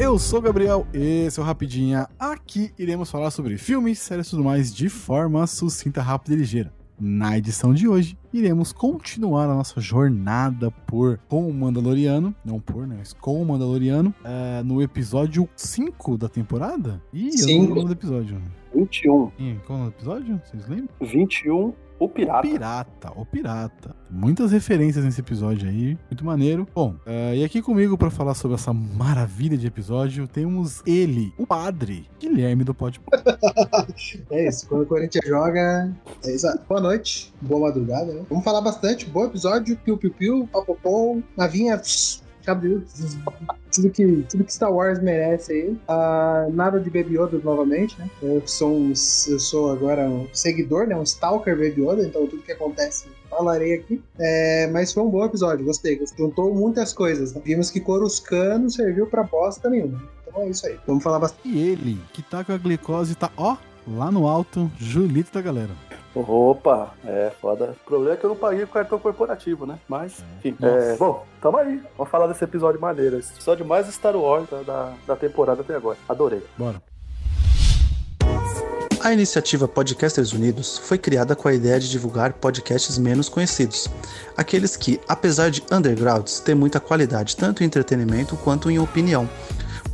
Eu sou o Gabriel, esse é o Rapidinha. Aqui iremos falar sobre filmes, séries e tudo mais de forma sucinta, rápida e ligeira. Na edição de hoje, iremos continuar a nossa jornada por com o Mandaloriano, não por, né, mas com o Mandaloriano, eh, no episódio 5 da temporada? Ih, eu não lembro Cinco. o nome do episódio. 21. Ih, qual é o nome do episódio? Vocês lembram? 21, o O Pirata. Pirata, o Pirata. Muitas referências nesse episódio aí, muito maneiro. Bom, eh, e aqui comigo pra falar sobre essa maravilha de episódio, temos ele, o padre, Guilherme do Pod. É isso, quando o Corinthians joga. É isso. aí. Boa noite, boa madrugada, né? Vamos falar bastante. Bom episódio, piu-piu-piu, papopom, navinha. pss, Cabo, zzz, tudo que, tudo que Star Wars merece aí. Ah, nada de Baby Yoda novamente, né? Eu sou, um, eu sou agora um seguidor, né? Um stalker Baby Yoda, então tudo que acontece falarei aqui. É, mas foi um bom episódio, gostei. gostei. Juntou muitas coisas. né? Vimos que Coruscant não serviu pra bosta nenhuma. Então é isso aí. Vamos falar bastante. E ele, que tá com a glicose, tá, ó, lá no alto, Julito da galera. Opa, é foda. O problema é que eu não paguei o cartão corporativo, né? Mas, enfim. Nossa. é, bom, tamo aí. Vamos falar desse episódio maneiro. Esse episódio mais Star Wars da, da, da temporada até agora. Adorei. Bora. A iniciativa Podcasters Unidos foi criada com a ideia de divulgar podcasts menos conhecidos, aqueles que, apesar de undergrounds, têm muita qualidade tanto em entretenimento quanto em opinião.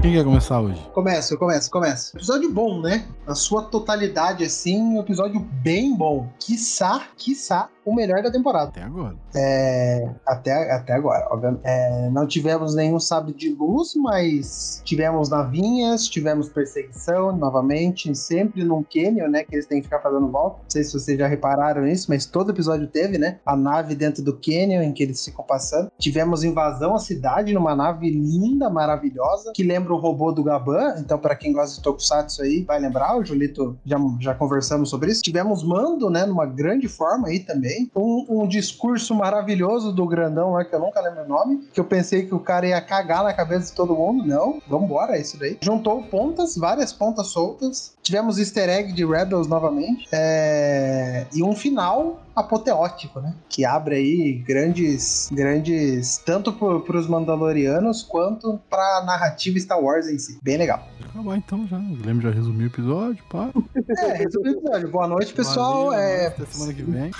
Quem quer começar hoje? Começa, eu começo, começo. Episódio bom, né? Na sua totalidade, assim, um episódio bem bom. Quiçá, quiçá, o melhor da temporada. Até agora. É, até, até agora, obviamente. É, não tivemos nenhum sábio de luz, mas tivemos navinhas, tivemos perseguição novamente, sempre num canyon, né? Que eles têm que ficar fazendo volta. Não sei se vocês já repararam isso, mas todo episódio teve, né? A nave dentro do canyon em que eles ficam passando. Tivemos invasão à cidade numa nave linda, maravilhosa, que lembra o robô do Gaban. Então, pra quem gosta de Tokusatsu aí, vai lembrar. O Julito já, já conversamos sobre isso. Tivemos mando, né? Numa grande forma aí também. Um, um discurso maravilhoso do grandão lá, que eu nunca lembro o nome. Que eu pensei que o cara ia cagar na cabeça de todo mundo. Não, vambora, é isso daí. Juntou pontas, várias pontas soltas. Tivemos easter egg de Rebels novamente. É, E um final apoteótico, né? Que abre aí grandes, grandes tanto para os Mandalorianos quanto para a narrativa Star Wars em si. Bem legal. Vai Acabar então já. O Guilherme já resumiu o episódio, pá. É, resumindo o episódio. Boa noite, pessoal. Valeu, é... até semana que vem.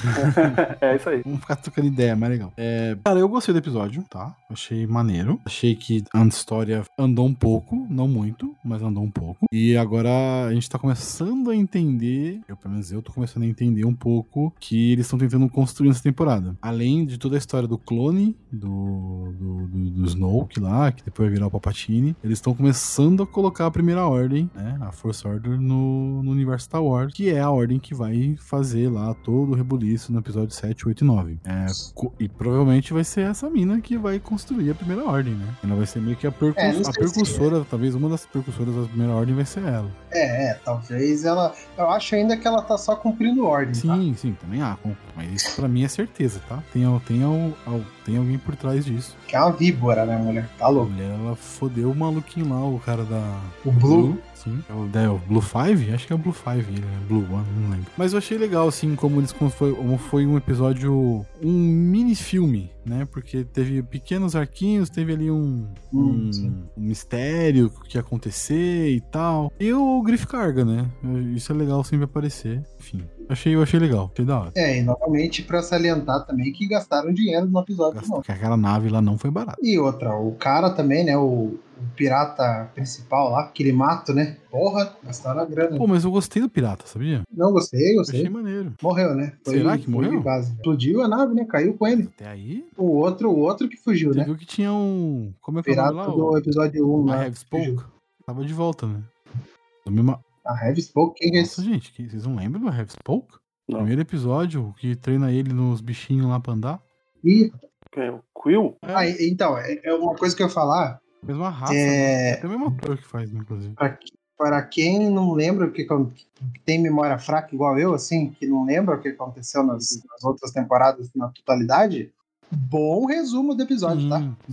É isso aí. Vamos ficar trocando ideia, mas legal. É, cara, eu gostei do episódio, tá? Achei maneiro. Achei que a história andou um pouco, não muito, mas andou um pouco. E agora a gente tá começando a entender, eu pelo menos eu tô começando a entender um pouco que eles estão tentando construir nessa temporada. Além de toda a história do clone, do, do, do, do Snoke lá, que depois vai virar o Papatini, eles estão começando a colocar a primeira ordem, né? A Force Order no, no universo Star Wars, que é a ordem que vai fazer lá todo o rebuliço no episódio 7, 8 e 9. É, co- e provavelmente vai ser essa mina que vai construir a primeira ordem, né? Ela vai ser meio que a, percu- É, não sei a se- percussora, talvez uma das percussoras da primeira ordem vai ser ela. É, é, talvez ela. Eu acho ainda que ela tá só cumprindo ordem. tá? Sim, sim, também há. com- Mas isso pra mim é certeza, tá? Tem, al- tem, al- al- tem alguém por trás disso. Que é uma víbora, né, mulher? Tá A louco. mulher, ela fodeu o maluquinho lá, o cara da, O Blue. Sim. É o, é o Blue Five? Acho que é o Blue Five, ele é Blue One, não lembro. Mas eu achei legal, assim, como eles como foi, como foi um episódio, um mini-filme, né? Porque teve pequenos arquinhos, teve ali um, um, Hum, sim. um mistério o que ia acontecer e tal. E o Griff Carga, né? Isso é legal sempre aparecer. Enfim, achei, eu achei legal, achei da hora. É, e novamente pra salientar também que gastaram dinheiro no episódio de novo. Porque aquela nave lá não foi barata. E outra, o cara também, né? O, o pirata principal lá, aquele mato, né? Porra, gastaram a grana. Pô, mas eu gostei do pirata, sabia? Não gostei, Achei gostei. maneiro. Morreu, né? Será que morreu? de base. Explodiu a nave, né? Caiu com ele. Até aí, O outro, o outro que fugiu, você né? viu que tinha um. Como é O que é o nome pirata lá? O- do episódio 1 I lá. Have Spoke tava de volta, né? Da mesma... A Heavy Spoke, quem é Nossa, esse? gente, que- vocês não lembram do I Have Spoke? Não. Primeiro episódio, o que treina ele nos bichinhos lá pra andar. Ih, É, o Quill? É, ah, então, é é uma coisa que eu ia falar. mesma raça. né? É, É o mesmo ator que faz, né, inclusive. Pra, Para quem não lembra o que, acon- que tem memória fraca igual eu, assim, que não lembra o que aconteceu nas, nas outras temporadas na totalidade, bom resumo do episódio, tá? Hum, sim,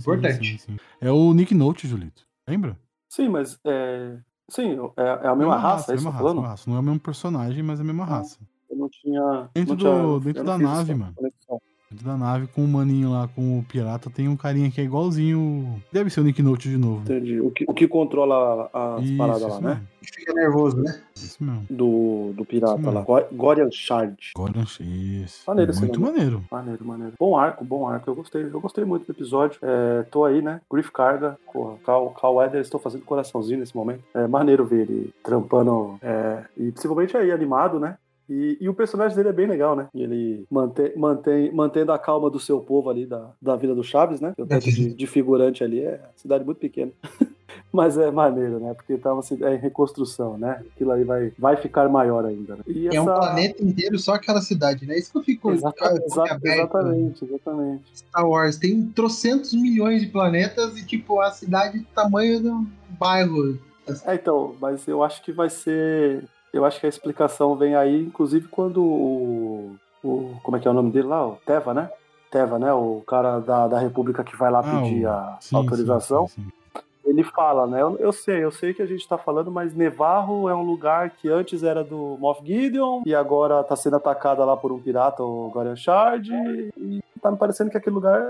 sim, Importante. sim. É o Nick Note, Julito. Lembra? Sim, mas é. Sim, é, é a mesma, raça, é isso mesma que raça, Ah. tá falando? mesma raça. Não é o mesmo personagem, mas é a mesma raça. Eu não tinha. Dentro não tinha- do- dentro eu da não fiz nave, essa mano. conexão. Dentro da nave com o maninho lá, com o pirata, tem um carinha que é igualzinho. Deve ser o Nick Note de novo. Entendi. O que, o que controla as Isso, paradas isso lá, né? mesmo, Fica nervoso, né? Isso mesmo. Do, do pirata Isso lá. mesmo. Go- Gorian Shard. Gordon Isso. Maneiro esse é Muito nome. maneiro. Maneiro, maneiro. Bom arco, bom arco. Eu gostei, eu gostei muito do episódio. É, tô aí, né? Griff Carga, porra, Cal, Cal Weather, estou fazendo coraçãozinho nesse momento. É maneiro ver ele trampando. é, e principalmente aí, animado, né? E, e o personagem dele é bem legal, né? Ele mantém, mantém, mantendo a calma do seu povo ali, da, da Vila do Chaves, né? O tanto de, de figurante ali é cidade muito pequena. Mas é maneiro, né? Porque tava, assim, é em reconstrução, né? Aquilo aí vai, vai ficar maior ainda. Né? E É um essa- planeta inteiro, só aquela cidade, né? Isso que eu fico, Exata- eu fico exa- aberto. né? Exatamente, exatamente. Star Wars tem trocentos milhões de planetas e, tipo, a cidade do tamanho do bairro. É, então, mas eu acho que vai ser. Eu acho que a explicação vem aí, inclusive, quando o. o- como é que é o nome dele lá? O Teva, né? Teva, né? O cara da, da República que vai lá Ah, pedir o- a Sim, autorização. sim, sim, sim. Ele fala, né? Eu, eu sei, eu sei que a gente tá falando, mas Nevarro é um lugar que antes era do Moff Gideon e agora tá sendo atacada lá por um pirata, o Gorian Shard, É. e tá me parecendo que aquele lugar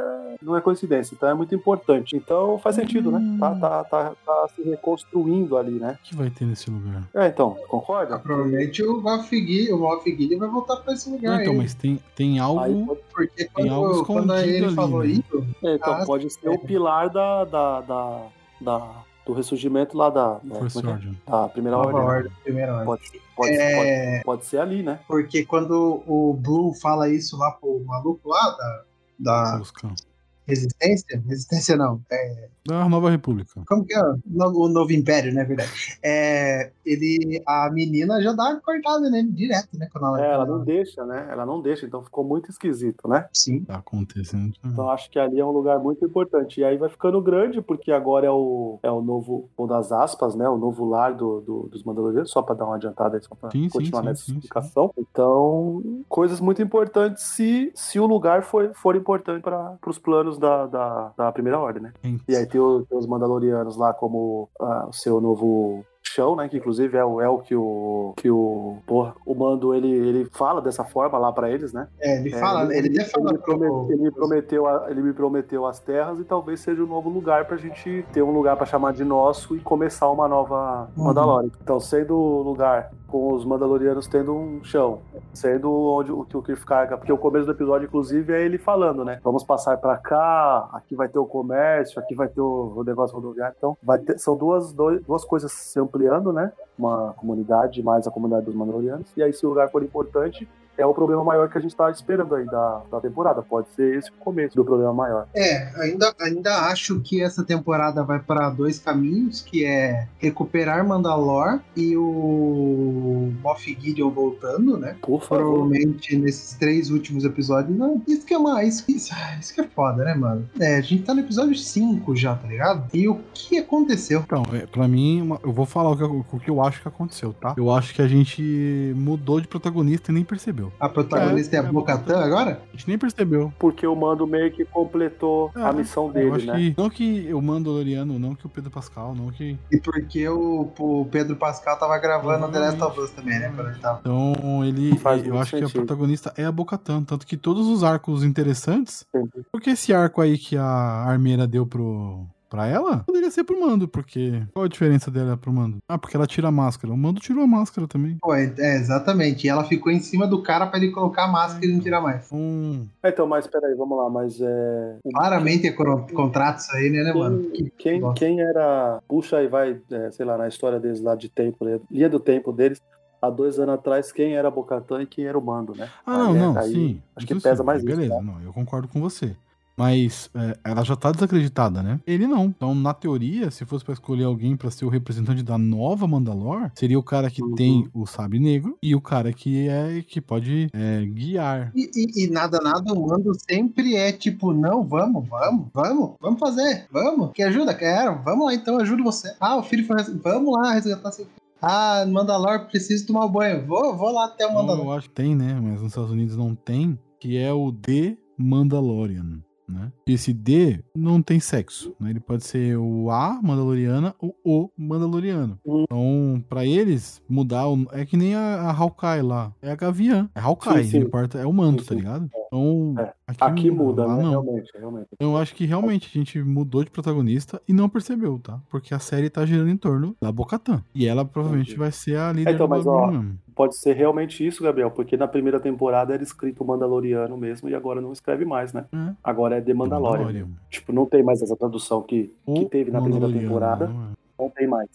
não é coincidência, então é muito importante. Então faz sentido, né? Hum. Tá, tá, tá, tá se reconstruindo ali, né? O que vai ter nesse lugar? É, então, concorda? Ah, Provavelmente o Moff Gideon, o Moff Gideon vai voltar pra esse lugar Não, então, aí. mas tem, tem Uhum. Aí algo. pode, Porque tem algo quando, quando escondido ele ali, falou né? isso, é, então, Ah, pode ser o pilar da, da, da, da- do ressurgimento lá da, da, First como é que Order. é? da primeira nova ordem. né? ordem, primeira ordem. Pode, pode, É. pode, pode ser ali, né? Porque quando o Blue fala isso lá pro maluco lá da, Ah. da seus cães. Resistência, Resistência não, é, Da Nova República. como que é? No- O Novo Império, né, verdade. É, ele, a menina já dá uma cortada nele direto, né, quando ela... É, ela não deixa, né? Ela não deixa, então ficou muito esquisito, né? Sim. Tá acontecendo. Então acho que ali é um lugar muito importante. E aí vai ficando grande, porque agora é o, é o novo, um das aspas, né? O novo lar do, do- dos Mandalorianos, só para dar uma adiantada aí, só para Sim, sim, continuar sim, nessa sim, sim. explicação. Então, coisas muito importantes se, se o lugar for, for importante para os planos da, da, da primeira ordem, né? Gente, E aí tem, o- tem os Mandalorianos lá como ah, o seu novo chão, né? Que inclusive é o El que o. que o. Porra, o mando ele, ele fala dessa forma lá pra eles, né? É, ele É, fala, ele, até fala ele, pro- prome- ele prometeu a- ele me prometeu as terras e talvez seja um novo lugar pra gente ter um lugar pra chamar de nosso e começar uma nova Uhum. Mandalorian. Então, sendo o lugar com os Mandalorianos tendo um chão, sendo onde o que o Kirk carga, porque o começo do episódio, inclusive, é ele falando, né? Vamos passar pra cá, aqui vai ter o comércio, aqui vai ter o, o negócio rodoviário. Então, vai ter- são duas, dois- duas coisas se ampliando, né? Uma comunidade, mais a comunidade dos Mandalorianos. E aí, se o lugar for importante, é o problema maior que a gente tá esperando aí da, da temporada. Pode ser esse o começo do problema maior. É, ainda, ainda acho que essa temporada vai para dois caminhos, que é recuperar Mandalor e o Moff Gideon voltando, né? Por favor. Provavelmente nesses três últimos episódios. Não, isso que é mais. Isso, ah, isso que é foda, né, mano? É, a gente tá no episódio 5 já, tá ligado? E o que aconteceu? Então, é, pra mim, uma- eu vou falar o que, eu- o que eu acho que aconteceu, tá? Eu acho que a gente mudou de protagonista e nem percebeu. A protagonista é, É, a é Bocatan Bo-Katan. agora? A gente nem percebeu. Porque o Mando meio que completou É, a missão eu dele, acho né? que. Não que eu mando o Loriano, não que o Pedro Pascal, não que. E porque o, o Pedro Pascal tava gravando The Last of Us também, né, mano? Ele tava- Então, ele. Faz eu muito acho que a sentido. protagonista é a Bocatan. Tanto que todos os arcos interessantes. Entendi. Porque esse arco aí que a armeira deu pro. Pra ela? Poderia ser pro mando, porque. Qual a diferença dela pro mando? Ah, porque ela tira a máscara. O mando tirou a máscara também. Pô, é, é, exatamente. E ela ficou em cima do cara pra ele colocar a máscara e não tirar mais. Então, É, Então, mas peraí, vamos lá. Mas é. o- Claramente é coro- contrato isso aí, né, É, né, mano? Quem, quem, bosta. quem era. Puxa aí, vai, é, sei lá, na história deles lá de tempo, né? linha do tempo deles, há dois anos atrás, quem era Bocatã e quem era o Mando, né? Ah, não, Aí é- não, aí sim. acho que isso pesa sim, mais isso, Beleza, tá? não, eu concordo com você. Mas é, ela já tá desacreditada, né? Ele não. Então, na teoria, se fosse pra escolher alguém pra ser o representante da nova Mandalor, seria o cara que Uhum. tem o sabre negro e o cara que é que pode é, guiar. E, e- e nada, nada, o Mando sempre é tipo, não, vamos, vamos, vamos, vamos fazer, vamos. Que ajuda? Quero, vamos lá então, ajudo você. Ah, o filho foi, res- vamos lá resgatar seu filho. Ah, Mandalor, preciso tomar banho. Vou, vou lá tá até o Não, Mandalor. eu acho que tem, né? Mas nos Estados Unidos não tem, que é o The Mandalorian, né? E Esse D não tem sexo, né? Ele pode ser o A Mandaloriana ou o Mandaloriano. Hum. Então, pra eles, mudar o... É que nem a, a Hawkeye lá. É a Gaviã. É Hawkeye, Sim, sim. não importa, é o manto, Sim, tá sim. ligado? Então, É. Aqui muda, lá né? não. Realmente, realmente. Então, Eu acho que realmente a gente mudou de protagonista e não percebeu, tá? Porque a série tá girando em torno da Bocatã. E ela provavelmente Entendi. vai ser a líder Então, do mas, bagulho ó, mesmo. Pode ser realmente isso, Gabriel, porque na primeira temporada era escrito Mandaloriano mesmo e agora não escreve mais, né? É. Agora é The Mandalorian. Tipo, não tem mais essa tradução que, que Ou teve na primeira Mandaloriano, temporada. não é? Não tem mais.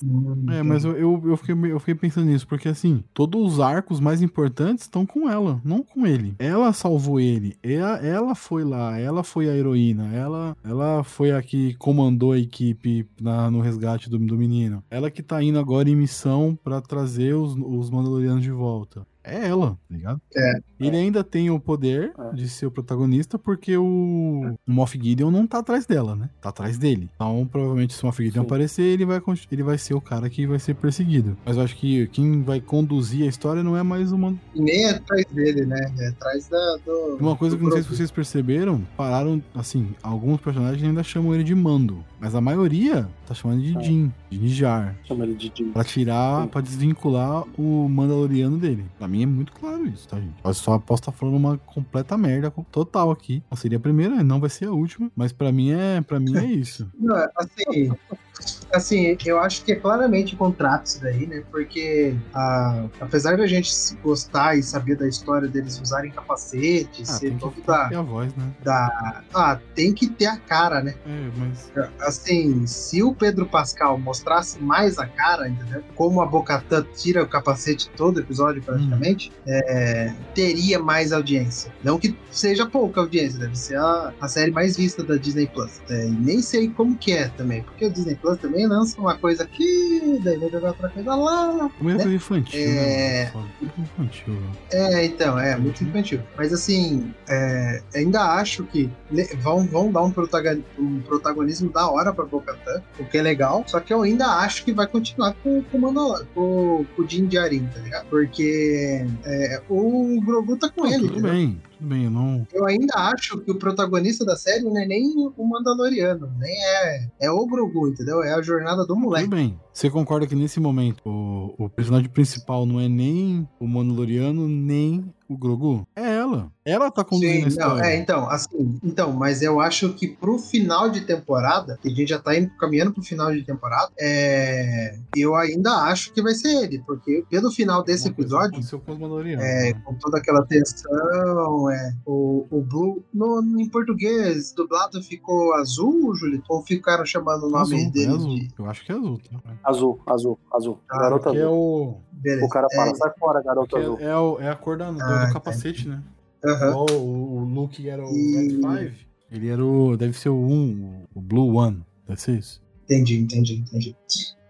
É, mas eu, eu, eu fiquei, meio- eu fiquei pensando nisso, porque assim, todos os arcos mais importantes estão com ela, não com ele. Ela salvou ele, ela, ela foi lá, ela foi a heroína, ela, ela foi a que comandou a equipe na- no resgate do, do menino. Ela que tá indo agora em missão pra trazer os, os Mandalorianos de volta. É ela, tá ligado? É. Ele ainda tem o poder É. de ser o protagonista, porque o, o Moff Gideon não tá atrás dela, né? Tá atrás dele. Então, provavelmente, se o Moff Gideon Sim. aparecer, ele vai, con- ele vai ser o cara que vai ser perseguido. Mas eu acho que quem vai conduzir a história não é mais uma. E nem é atrás dele, né? É atrás da, do. Uma coisa do que eu não sei se produto. vocês perceberam, pararam, assim, alguns personagens ainda chamam ele de Mando. Mas a maioria tá chamando de É. Jin, de Nijar. Chama ele de Jim. Pra tirar, Sim. pra desvincular o Mandaloriano dele. Pra mim é muito claro isso, tá, gente? Eu só posso estar falando uma completa merda co- total aqui. Não seria a primeira, né? não vai ser a última. Mas pra mim é, pra mim é isso. Não, assim, assim, eu acho que é claramente contrato isso daí, né? Porque a- apesar da gente gostar e saber da história deles usarem capacete, Ah, ser tá, tem que, todo tem que da, ter a voz, né? da. Ah, tem que ter a cara, né? É, mas. Assim, se o Pedro Pascal mostrasse mais a cara, entendeu? Como a Bocatã tira o capacete todo episódio, praticamente, é, teria mais audiência. Não que seja pouca audiência, deve ser a, a série mais vista da Disney Plus. É, e nem sei como que é também, porque o Disney Plus também lança uma coisa aqui, daí vai jogar outra coisa lá. Como é né? coisa infantil, É. né? Só coisa infantil, né? velho. É, então, é muito infantil. Mas assim, é, ainda acho que le- vão, vão dar um, protaga- um protagonismo da hora pra Bocatã, o que é legal. Só que eu ainda acho que vai continuar com, com o Mandalor, com, com o Din Djarin, tá ligado? Porque é, o Grogu tá com Não, ele, tudo entendeu? bem, tudo bem, eu não. Eu ainda acho que o protagonista da série não é nem o Mandaloriano, nem é. É o Grogu, entendeu? É a jornada do moleque. Tudo bem. Você concorda que nesse momento o, o personagem principal não é nem o Mandaloriano, nem o Grogu? É ela. Ela tá conduzindo a Sim, não, história. é, então, assim, então, mas eu acho que pro final de temporada, que a gente já tá indo, caminhando pro final de temporada, é, eu ainda acho que vai ser ele, porque pelo final desse Uma coisa né? que episódio, aconteceu com os Mandalorianos. é, com toda aquela tensão, é, o, o Blue, no, em português, dublado ficou azul, Julito, ou ficaram chamando o nome Azul, é dele azul. de... Eu acho que é azul, tá? Azul, azul, azul. Ah, garota Porque é azul. o. Beleza. O cara fala, É, sai fora, garota azul. porque é, é o- é a cor da- do, do Ah, capacete, né? aham. Igual o, o Luke era o E- Red 5. Ele era o. Deve ser o 1, o Blue One. Deve ser isso. Entendi, entendi, entendi.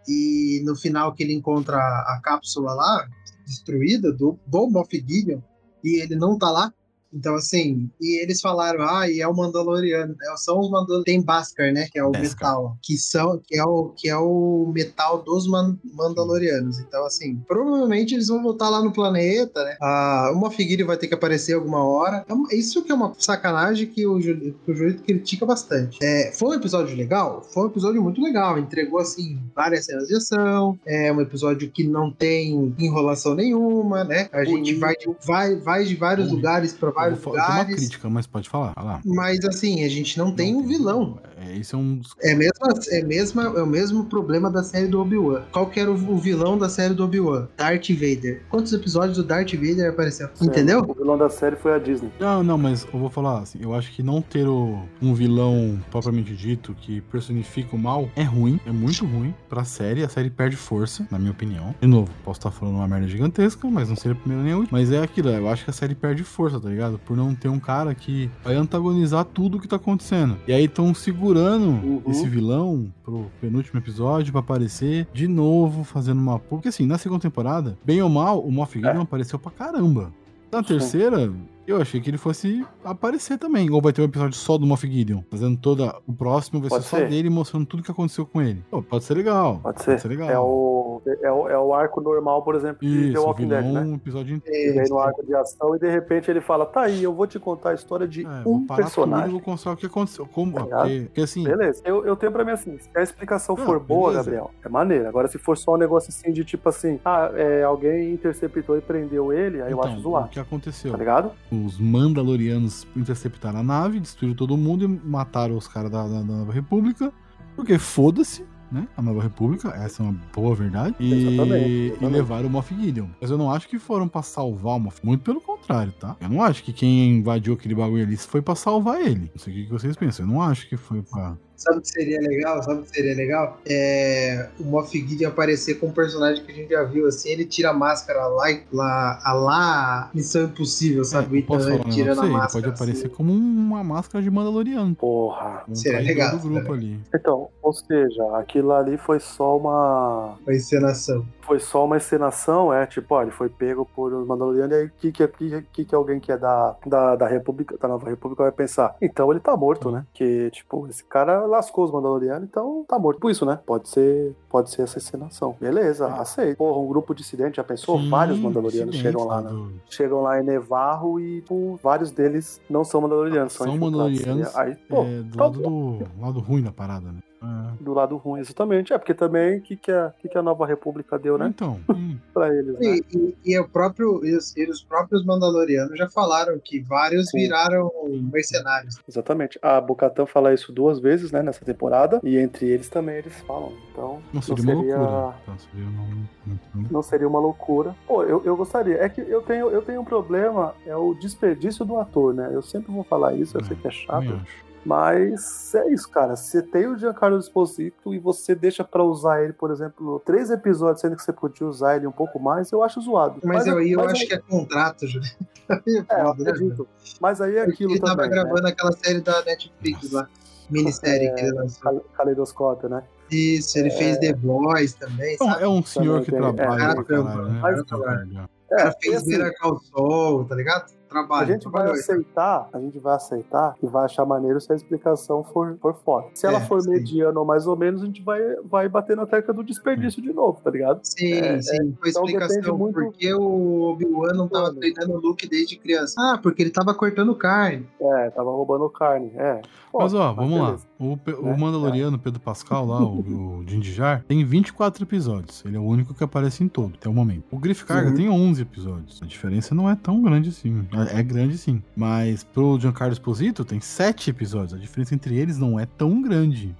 E no final que ele encontra a cápsula lá, destruída, do, do Moff Gideon, e ele não tá lá. Então, assim, e eles falaram, ah, e é o Mandaloriano, né? São os Mandalorianos. Tem Bhaskar, né? Que é o Beskar. metal, que, são, que, é o, que é o metal dos man- Mandalorianos. Então, assim, provavelmente eles vão voltar lá no planeta, né? Ah, o Moff Gideon vai ter que aparecer alguma hora. É uma- Isso que é uma sacanagem que o Juli- que o Julito critica bastante. É, foi um episódio legal? Foi um episódio muito legal. Entregou, assim, várias cenas de ação. É um episódio que não tem enrolação nenhuma, né? A gente vai de, vai, vai de vários Bonito. lugares pra Eu vou vários fa- eu tenho uma lugares. crítica, mas pode falar. Vai lá. Mas, assim, a gente não, tem um vilão. É, esse é um dos. É, mesmo, é, mesmo, é o mesmo problema da série do Obi-Wan. Qual que era o, o vilão da série do Obi-Wan? Darth Vader. Quantos episódios do Darth Vader apareceu? Entendeu? O vilão da série foi a Disney. Ah, Não, não, mas eu vou falar assim. Eu acho que não ter o- um vilão propriamente dito que personifica o mal é ruim, é muito ruim pra série. A série perde força, na minha opinião. De novo, posso estar falando uma merda gigantesca, mas não seria a primeira nem a última. Mas é aquilo, eu acho que a série perde força, tá ligado? Por não ter um cara que vai antagonizar tudo que tá acontecendo. E aí estão segurando Uhum. esse vilão pro penúltimo episódio pra aparecer de novo fazendo uma. Porque assim, na segunda temporada, bem ou mal, o Moff Gideon apareceu pra caramba. Na Sim. terceira, Eu achei que ele fosse aparecer também. Ou vai ter um episódio só do Moff Gideon, fazendo toda. O próximo vai Pode ser, só ser. dele mostrando tudo que aconteceu com ele. Pô, pode ser legal. Pode ser. legal. É o, é, o, é o arco normal, por exemplo, de The Isso, Walking Dead, vilão, né? um episódio inteiro. Ele vem Isso. no arco de ação e de repente ele fala: Tá aí, eu vou te contar a história de É, vou um parar personagem. tudo e vou mostrar o que aconteceu. Como, Tá ligado? porque, porque assim, Beleza, eu, eu tenho pra mim assim, se a explicação Não, for boa, beleza. Gabriel, é maneiro. Agora, se for só um negócio assim de tipo assim, ah, é, alguém interceptou e prendeu ele, aí eu então, acho o zoado, que aconteceu? tá ligado? Os Mandalorianos interceptaram a nave, destruíram todo mundo e mataram os caras da, da- da Nova República. Porque foda-se, né? A Nova República, essa é uma boa verdade. E, Exatamente, e exatamente. levaram o Moff Gideon. Mas eu não acho que foram pra salvar o Moff. Muito pelo contrário, tá? Eu não acho que quem invadiu aquele bagulho ali foi pra salvar ele. Não sei o que que vocês pensam. Eu não acho que foi pra. Sabe o que seria legal? Sabe o que seria legal? É o Moff Gideon aparecer com um personagem que a gente já viu, assim, ele tira a máscara lá, e- lá, a lá Missão Impossível, É, sabe? Eu Então posso falar ele um negócio tirando a aí? Ele máscara. Pode aparecer assim. como uma máscara de Mandaloriano. Porra. Um Seria traidor legal, do grupo seria ali. Então, ou seja, aquilo ali foi só uma. com a encenação. Foi só uma encenação, é tipo, olha, foi pego por os Mandalorianos, e aí o que, que, que, que, que alguém que é da, da, da República, da Nova República vai pensar? Então ele tá morto, né? Que, tipo, esse cara lascou os Mandalorianos, então tá morto. Por isso, né? Pode ser, pode ser essa encenação. Beleza, aceito. Porra, um grupo dissidente, já pensou? É. Sim, Vários Mandalorianos incidente chegam lá, lá né? do- Chegam lá em Nevarro e, tipo, vários deles não são Mandalorianos, são, São infiltrados. né? Mandalorianos, Aí, pô, é, do tá lado do lado ruim da parada, né? É. do lado ruim, exatamente. É, porque também o que, que, a, que, que a nova república deu, né? Então, hum, Pra eles, né? E, e, e é o próprio, e os, e os próprios Mandalorianos já falaram que vários Sim. viraram mercenários. Exatamente. A Bocatã fala isso duas vezes, né, nessa temporada. E entre eles também eles falam. Então, não seria uma loucura. Tá, seria uma loucura. não seria uma loucura. Pô, eu, eu gostaria. É que eu tenho, eu tenho um problema, é o desperdício do ator, né? Eu sempre vou falar isso, eu É, sei que é Também chato. acho. Mas é isso, cara. Você tem o Giancarlo Esposito e você deixa pra usar ele, por exemplo, três episódios, sendo que você podia usar ele um pouco mais, eu acho zoado. Mas, aí eu mas acho que é contrato, Júlio. né, É, eu acredito. Mas aí é aquilo Ele tava também, né? É. gravando aquela série da Netflix Nossa. lá, minissérie que ele lançou. Cal- Caleidoscópio, né? Isso, ele É. fez The Voice também, Então, sabe? é um senhor que tem- trabalha é, pra caralho, né? faz Vai trabalhar. O cara e fez assim, Better Call Saul, tá ligado? a Trabalho. é gente vai trabalhou. aceitar, a gente vai aceitar e vai achar maneiro se a explicação for, for fora. Se ela É, for sim. mediana ou mais ou menos, a gente vai, vai bater na tecla do desperdício de novo, tá ligado? Sim, É, sim, foi então depende explicação. muito- Porque o Obi-Wan não tava Mano. treinando o Luke desde criança. Ah, porque ele tava cortando carne. É, tava roubando carne, é. Pô, Mas ó, mas vamos lá. beleza. O, Pe- o Né? Mandaloriano, Pedro Pascal lá, o, o Jindijar, tem 24 episódios. Ele é o único que aparece em todo, até o momento. O Griff Carga Uhum. tem 11 episódios. A diferença não é tão grande assim. É, é grande sim. Mas pro Giancarlo Esposito tem 7 episódios. A diferença entre eles não é tão grande.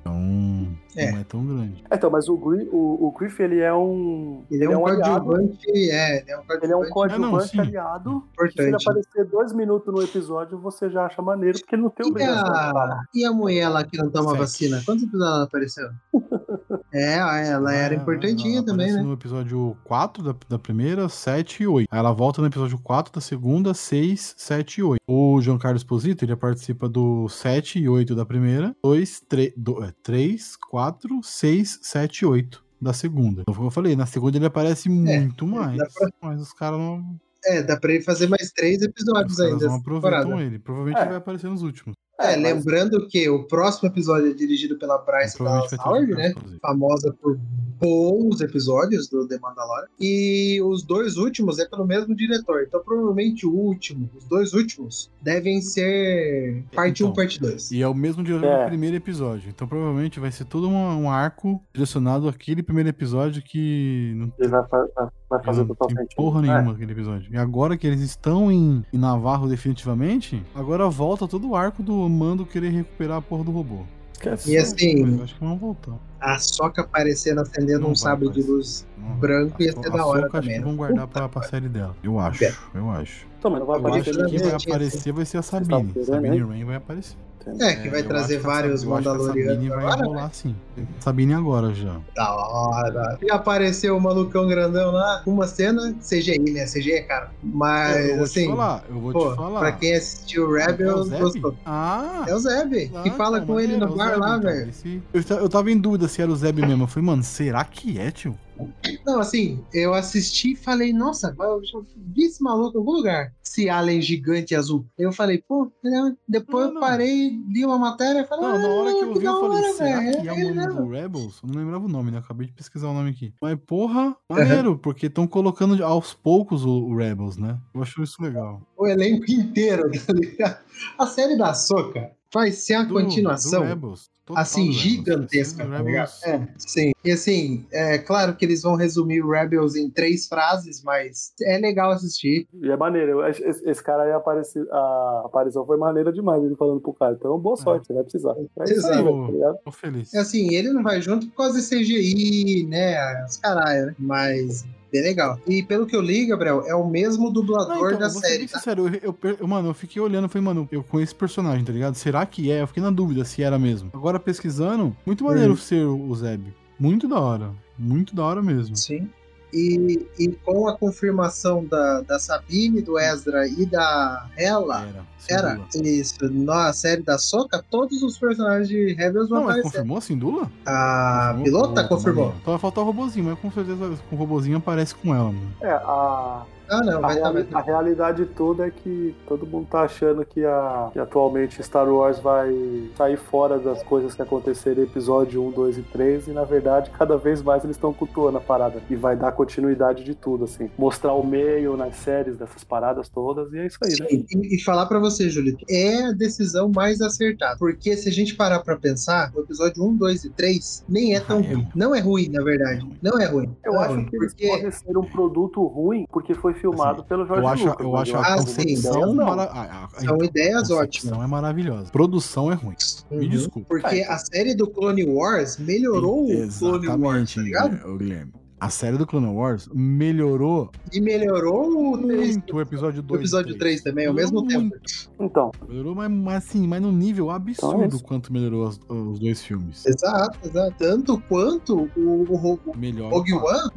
Então, É. não é tão grande. É, Então, mas o, Gri- o, o Griff, ele é um... Ele é um aliado, coadjuvante, é, ele é um coadjuvante ele é um coadjuvante sim. aliado. que Se ele importante. aparecer dois minutos no episódio, você já acha maneiro, porque ele não tem E obrigação. de falar. é a, e a mulher lá que não toma Sete. vacina? Quantos episódios ela apareceu? é, ela era Ah, importantinha ela também, aparece né? no episódio 4 da, da primeira, 7 e 8. Aí ela volta no episódio 4 da segunda, 6, 7 e 8. O Giancarlo Esposito, ele participa do 7 e 8 da primeira, 2, 3, 3 4, 6, 7 e 8 da segunda. Então, como eu falei, na segunda ele aparece muito mais, É, dá pra- mas os caras não, É, dá pra ele fazer mais três os episódios caras ainda. não essa aproveitam temporada. ele. Provavelmente É. ele vai aparecer nos últimos. É, mas- lembrando que o próximo episódio é dirigido pela Bryce Provavelmente Dallas vai ter Howard, o né? Giancarlo Esposito. Famosa por bons episódios do The Mandalorian. E os dois últimos é pelo mesmo diretor. Então, provavelmente o último, os dois últimos, devem ser parte 1, Então, parte 2. E é o mesmo diretor É. do primeiro episódio. Então provavelmente vai ser todo um, um arco direcionado àquele primeiro episódio que não, Ele vai, fa- vai- vai fazer não total tem sentido. porra É. nenhuma aquele episódio. E agora que eles estão em, em Navarro definitivamente, agora volta todo o arco do Mando querer recuperar a porra do robô. Esquece. E assim, Eu acho que vão voltar. a Soca aparecendo acendendo Não um vai sabre de aparecer. luz Não vai. branco ia A- ser a da hora Ahsoka acho também. que né? vão guardar pra, pra série dela. Eu acho, É. eu acho. Então, mas não vai Eu acho aparecer que quem ninguém. vai Exatamente, aparecer vai ser a estavam Sabine. querendo, Sabine né? Rain vai aparecer. É, que É, vai eu trazer acho que a vários Sabine- eu acho que a Mandalorianos Sabine vai agora. rolar sim. Sabine agora já. Da hora. E apareceu o malucão grandão lá, uma cena, CGI, né? CGI é caro. Mas, eu vou assim, te falar, eu vou pô, te falar. pra quem assistiu É o Rebels, Zeb? gostou. Ah! É o Zeb, ah, que fala então, com ele maneiro, no é o bar Zeb, lá, então, velho. esse- Eu, ta- eu tava em dúvida se era o Zeb mesmo. Eu falei, mano, será que é, tio? Não, assim, eu assisti e falei, nossa, eu já vi esse maluco em algum lugar. Esse alien gigante azul. Eu falei, pô, né? depois Não, não. eu parei, li uma matéria e falei, Não, na hora que eu "Ah, vi, eu da falei, hora, será velho?" né? que é Aí, o nome não. do Rebels? Eu não lembrava o nome, né? Acabei de pesquisar o nome aqui. Mas, porra, maneiro, porque estão colocando aos poucos o, o Rebels, né? Eu acho isso legal. O elenco inteiro, tá ligado? A série da Soca vai ser uma Do- do continuação. Rebels, total assim, do Rebels. gigantesca, Esse tá ligado? Rebels- É, sim. E assim, é claro que eles vão resumir o Rebels em três frases, mas é legal assistir. E é maneiro. Esse, esse- esse cara aí aparece, a aparição foi maneira demais, ele falando pro cara. Então, boa sorte, você vai precisar. É isso aí, Exato. velho, tá ligado? Tô feliz. E assim, ele não vai junto por causa de CGI, né, os caralho, né? mas é legal. E pelo que eu li, Gabriel, é o mesmo Não, dublador então, da vou ser série, bem tá? sincero, eu, eu per- eu, mano, eu fiquei olhando e falei, mano, eu conheço esse personagem, tá ligado? Será que é? Eu fiquei na dúvida se era mesmo. Agora pesquisando, muito maneiro Uhum. ser o o Zeb. Muito da hora. Muito da hora mesmo. Sim. E, e com a confirmação da, da Sabine, do Ezra e da Hela, Era. sem era dúvida. isso, na série da Soca, todos os personagens de Rebels vão Não, mas aparecer. confirmou assim, Dula? A Confirmou? é. Ah, pilota Pô, confirmou. maneiro. Então vai faltar o robozinho, mas com certeza com o robozinho aparece com ela, mano. É, a, Ah, não, a, vai dar. reali- a realidade toda é que todo mundo tá achando que, a, que atualmente Star Wars vai sair fora das coisas que aconteceram em episódio 1, 2 e 3, e na verdade, cada vez mais eles estão cultuando a parada. E vai dar continuidade de tudo, assim. Mostrar o meio nas séries dessas paradas todas, e é isso aí, né? E, e falar pra você, Julito, é a decisão mais acertada. Porque se a gente parar pra pensar, o episódio 1, 2 e 3 nem é tão Ah, é ruim. ruim. Não é ruim, na É verdade. ruim. Não é ruim. Eu Não é acho ruim, que eles porque- podem ser um produto ruim porque foi filmado pelo Assim, Jorge Eu acho, Lucas. eu mas é acho Ah, a sim, concepção não. mara- a- a- a- São ideias A ótimas. concepção é maravilhosa. Produção é ruim. Me Uhum. desculpa. Porque a série do Clone Wars melhorou o Clone Wars, tá ligado? Guilherme, ô, né, Guilherme. A série do Clone Wars melhorou E melhorou o 3. muito é o episódio 2. O episódio 3 também, ao mesmo Melhorou tempo. Então, Melhorou, mas, mas assim, mas num nível absurdo Então é isso. quanto melhorou as- os dois filmes. Exato, exato. Tanto quanto o, o, Melhor. Rogue One melhora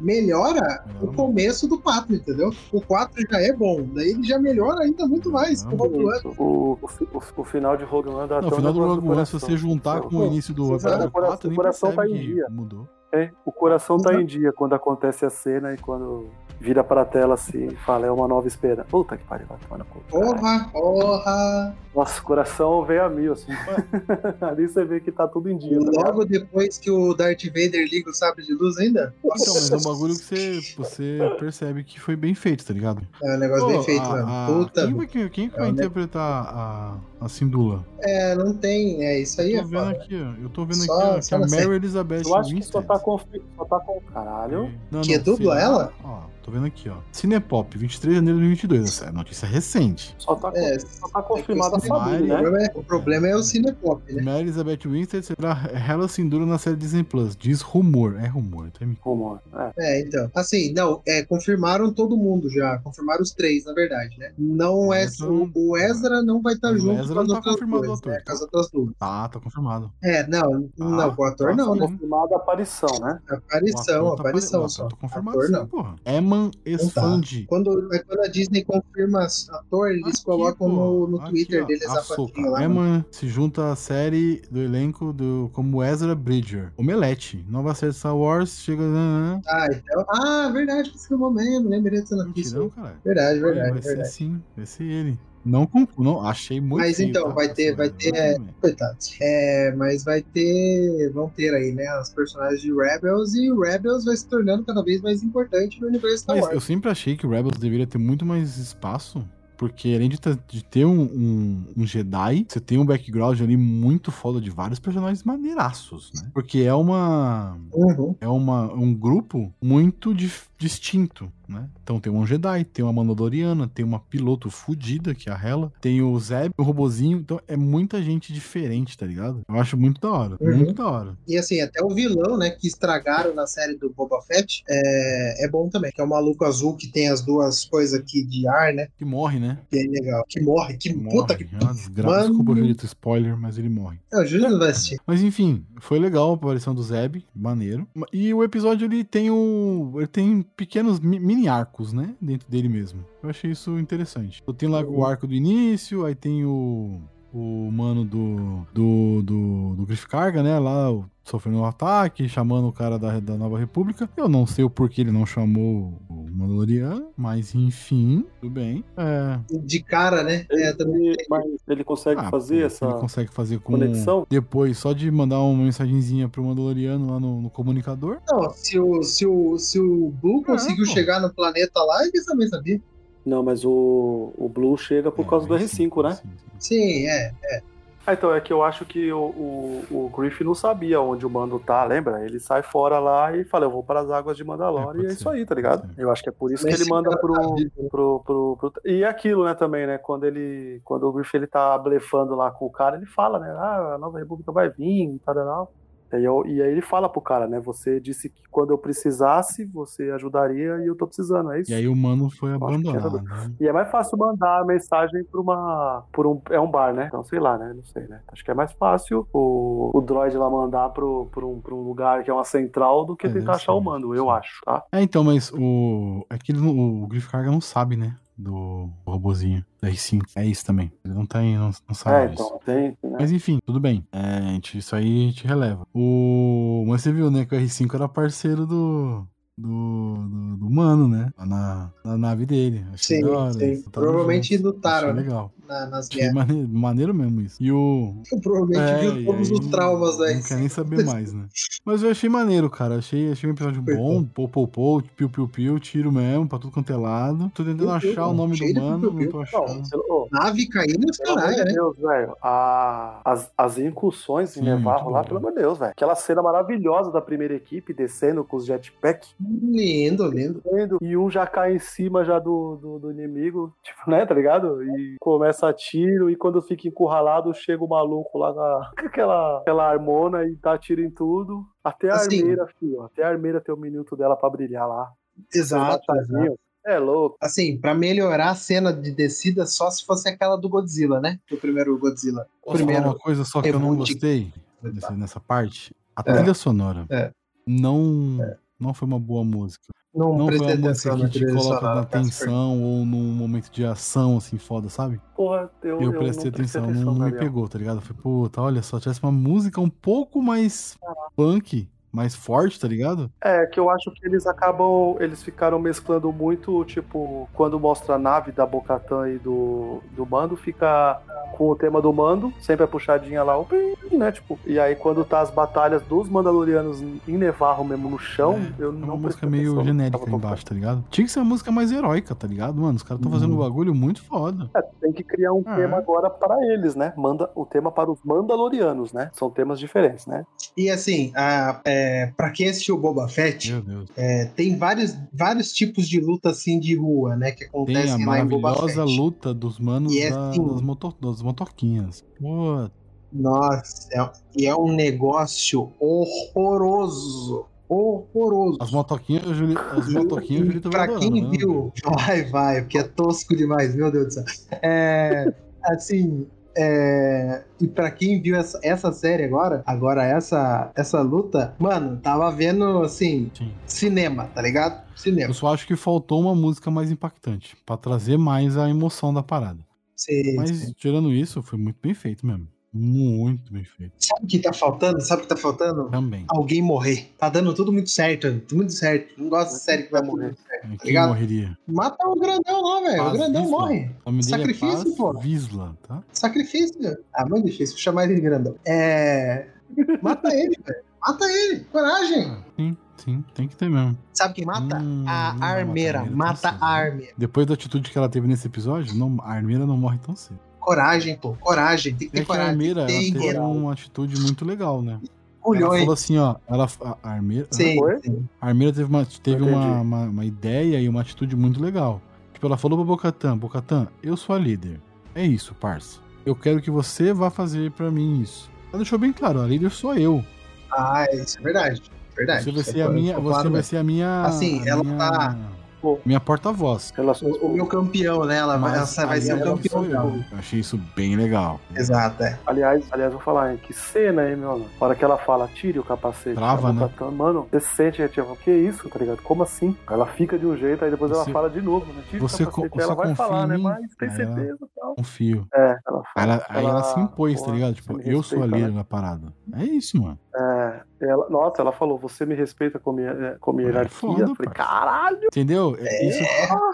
Melhora o muito. começo do 4, entendeu? O 4 já é bom, daí ele já melhora ainda muito mais com o Rogue One. o, o, fi- o, o final de Rogue One dá Não, até o um final do negócio Rogue One, se coração. você juntar com Pô, o início do o episódio coração- 4, o nem coração percebe tá em que dia. mudou. É, o coração tá em dia quando acontece a cena e quando vira pra tela assim e fala, é uma nova espera. Puta que pariu, vai tomar no cu. Porra, porra! Nossa, o coração veio a mil, assim. Ali você vê que tá tudo em dia. tá ligado? Logo depois que o Darth Vader liga o sabre de luz ainda? Então, mas é um bagulho que você, você percebe que foi bem feito, tá ligado? É um negócio Pô, bem feito, a- a- mano. Puta, Quem vai, quem- quem que É vai um ne- interpretar a, a Sindula? é, não tem, é isso aí Eu é tô vendo foda. aqui, ó, eu tô vendo Só- aqui ó, que só a na Mary série. Elizabeth Eu acho que só Winstead- tá com. Só tá com. Caralho. Não, Que não, dubla sei lá. ela? Ó, tô vendo aqui, ó. Cinepop, 23 de janeiro de 2022. Essa é notícia recente. Só tá, com- É, só tá confirmado a é que eu só- o, Sabine, né? problema é, o problema é o Cinepop, né? Mary Elizabeth Winstead será Hela Sindula na série Disney Plus. Diz rumor. É rumor, tá me Rumor. É. É, então. Assim, não, é, confirmaram todo mundo já. Confirmaram os três, na verdade, né? Não é. Então- o Ezra não vai estar O junto Ezra com as não tá outras confirmado duas, o ator. né? Com as outras duas. Tá, tá confirmado. É, não, não, com o ator tá não, né? sim. Confirmada a aparição, né? O Aparição, ator tá aparição apare- o só. ator Tá confirmado Ator, sim, não. porra. Eman tá. Esfandi. Quando, é quando a Disney confirma ator, eles Aqui, colocam pô, no, no aqui, Twitter ó, deles a Ahsoka. fotinho lá. mano. Emma se junta à série do elenco do como Ezra Bridger. Omelete. Nova série de Star Wars chega. né, Não, Ah, então. Ah, verdade, que filmou mesmo, lembrei dessa Mentira, notícia. não, caralho. Verdade, Olha, É verdade, vai ser verdade. sim, vai ser ele. Não, com- não achei muito. Mas feio, então, tá? né? vai ter- Essa vai merda, ter, mas tudo bem. Coitado. É, mas vai ter. Vão ter aí, né? As personagens de Rebels e Rebels vai se tornando cada vez mais importante no universo Star Mas eu Wars. sempre achei que o Rebels deveria ter muito mais espaço. Porque além de, ter- de ter um, um- um Jedi, você tem um background ali muito foda de vários personagens maneiraços, né? Porque é uma. Uhum. é uma, um grupo muito dif- distinto, né? Então tem um Jedi, tem uma Mandaloriana, tem uma piloto fudida, que é a Hela, tem o Zeb, o robozinho, então é muita gente diferente, tá ligado? Eu acho muito da hora, Uhum. muito da hora. E assim, até o vilão, né, que estragaram na série do Boba Fett, é, é bom também. Que é o maluco azul que tem as duas coisas aqui de ar, né? Que morre, né? Que é legal. Que morre, que morre. puta que. É uma desgraça, Mano. desculpa, Julito, spoiler, mas ele morre. Eu juro não vai assistir. Mas enfim, foi legal a aparição do Zeb, maneiro. E o episódio ele tem o. Ele tem pequenos mi- mini arcos, né? Dentro dele mesmo. Eu achei isso interessante. Então, Tem lá o arco do início, aí tem o. o mano do, do, do, do Griff Carga, né? Lá o- sofrendo um ataque, chamando o cara da, da Nova República. Eu não sei o porquê ele não chamou o Mandaloriano, mas enfim, tudo bem. É, De cara, né? É, também. Ele, mas ele consegue ah, fazer ele essa. consegue fazer com conexão? depois só de mandar uma mensagenzinha pro Mandaloriano lá no, no comunicador. Não, se o, se o, se o Blue conseguiu pô. chegar no planeta lá, ele também sabia. Não, mas o, o Blue chega por É, causa do aí sim, R5, né? sim, sim. Sim, é. Ah, então, é que eu acho que o, o, o Griff não sabia onde o Mando tá, lembra? Ele sai fora lá e fala, eu vou para as águas de É, Mandalore, pode e é ser, isso aí, tá pode ligado? ser. Eu acho que é por isso que Esse ele manda cara pro, tá vivo. pro, pro, pro- E é aquilo, né, também, né? Quando ele. Quando o Griff ele tá blefando lá com o cara, ele fala, né? Ah, a nova república vai vir, tal, tal, tal. E aí, eu- e aí ele fala pro cara, né? Você disse que quando eu precisasse, você ajudaria e eu tô precisando, é isso? E aí o mano foi que era abandonado. né? E é mais fácil mandar a mensagem por uma. Por um, é um bar, né? Então, sei lá, né? Não sei, né? Acho que é mais fácil o, o droid lá mandar pro, pro, um, pro um lugar que é uma central do que É, tentar deve ser, achar o mando, eu sim. acho, tá? É, então, mas o. É que ele não- o Griff Carga não sabe, né? Do robozinho da R5. É isso também. Ele não tá aí, não, não É, sabe disso. então, tem, né? Mas enfim, tudo bem. É, a gente, isso aí a gente releva. O. Mas você viu, né? Que o R5 era parceiro do. Do, do, do mano, né? Lá Na, na nave dele. Achei Sim, da hora, sim. eles lutaram Provavelmente juntos. lutaram, Achei né? legal. Na, nas Achei guerras. maneiro, maneiro mesmo isso. E o, Provavelmente É, viu e todos aí os traumas né? Não da quer nem saber mais, né? Mas eu achei maneiro, cara. Achei, achei um episódio Foi bom. Pô, pô, pô, piu, piu, piu, tiro mesmo, pra tudo quanto é lado. Tô tentando Piu, piu, achar o nome cheio do de mano, piu, não piu. tô Não, achando. pelo- ô, Nave caindo e os pelo amor caralho, de né? Deus, velho. a- As, as incursões em Sim, Nevarro muito lá, bom. pelo amor de Deus, velho. Aquela cena maravilhosa da primeira equipe descendo com os jetpack Lindo, lindo. correndo, e um já cai em cima já do, do, do inimigo, tipo, né, tá ligado? E começa a tiro, e quando fica encurralado, chega o maluco lá na, com aquela, aquela armona e dá tiro em tudo. Até a Assim. armeira, filho, até a armeira tem o minuto dela pra brilhar lá. Exato. exato. Matadinho. É louco. Assim, pra melhorar a cena de descida, só se fosse aquela do Godzilla, né? Do primeiro Godzilla. O Posso falar primeiro. uma coisa só que é eu não muito de- gostei desse- nessa parte? A É. trilha sonora. É. Não. Não foi uma boa música. Não foi uma música que te coloca na tá? tensão ou num momento de ação, assim, foda, sabe? Porra, eu, Eu, eu prestei não prestei atenção, não, não me Gabriel. pegou, tá ligado? Eu Falei, puta, olha só, tivesse uma música um pouco mais punk, mais forte, tá ligado? É, que eu acho que eles acabam. Eles ficaram mesclando muito, tipo, quando mostra a nave da Bocatã e do, do Mando, fica com o tema do Mando, sempre a puxadinha lá, o pim, né? Tipo, e aí quando tá as batalhas dos Mandalorianos em Nevarro mesmo no chão, É, eu É não uma música prestei meio atenção, não genérica tava tão embaixo, tá ligado? Tinha que ser uma música mais heróica, tá ligado? Mano, os caras estão fazendo Uhum. um bagulho muito foda. focado. É, tem que criar um Ah, tema é. agora para eles, né? Manda o tema para os Mandalorianos, né? São temas diferentes, né? E assim, a, é, pra quem assistiu Boba Fett, Meu Deus. é, tem vários, vários tipos de luta assim de rua, né? Que Tem a acontecem lá em Boba maravilhosa Fett. luta dos manos E é da- assim. das, motor, das motoquinhas. Pô, Nossa, é- e é um negócio horroroso. Horroroso. as motoquinhas, a Juli- as E- motoquinhas, a Julita vai pra adorando, quem né? viu, vai, vai, porque é tosco demais, meu Deus do céu. É, assim, é, e pra quem viu essa, essa série agora, agora essa, essa luta, mano, tava vendo, assim, Sim. cinema, tá ligado? Eu Cinema. só acho que faltou uma música mais impactante, pra trazer mais a emoção da parada. Sim, Mas sim. tirando isso, foi muito bem feito mesmo. Muito bem feito. Sabe o que tá faltando? Sabe o que tá faltando? Também. Alguém morrer. Tá dando tudo muito certo, tudo muito certo. Não gosto de série que vai morrer. Quem Obrigado. morreria? Mata o grandão lá, velho. O Paz grandão Visla. morre. O nome dele Sacrifício, é Paz pô. Visla, tá? Sacrifício, velho. Ah, muito difícil chamar ele de grandão. É. Mata ele, velho. Mata ele. Coragem. Sim, sim, tem que ter mesmo. Sabe quem mata? Hum, não a vai armeira. matar a Mata tão a cedo, né? armeira. Depois da atitude que ela teve nesse episódio, não, a armeira não morre tão cedo. Coragem, pô. Coragem. Tem que ter É que a coragem. armeira ela Tem que teve ter uma atitude muito legal, né? Ela culhões. falou assim, ó. Ela, a, a armeira, Sim, Foi? sim. a armeira teve, uma, teve Entendi. uma, uma, uma ideia e uma atitude muito legal. Tipo, ela falou pra Bocatan, Bocatan, eu sou a líder. É isso, parça. Eu quero que você vá fazer pra mim isso. Ela deixou bem claro, a líder sou eu. Ah, isso é verdade. Verdade. Você vai Isso é ser a claro, minha. claro Você vai mesmo. ser a minha. Assim, a ela minha- tá- Pô, Minha porta-voz. relações O, o meu campeão, né? Ela vai, Mas ela vai aí ser o ela campeão. sou eu. dela. Eu achei isso bem legal. Exato, é. Aliás, aliás, vou falar, hein? Que cena, hein, meu amor? Na hora que ela fala, tire o capacete. Trava, ela né? tá tão- mano, você sente, é tipo, que isso, tá ligado? Como assim? Ela fica de um jeito, aí depois Você- ela fala de novo, né? Tire você o capacete. co- ela você vai confia falar, em né? mim? Mas tem Aí ela- certeza e tal. Confio. É, ela fala. Aí ela, aí ela se impôs, tá porra, ligado? você Tipo, me eu sou a respeita, né?" líder da parada. É isso, mano. né? É, ela, nossa, ela falou, você me respeita com minha, é, com minha É hierarquia. foda, eu falei, parça. caralho. Entendeu? É- Isso,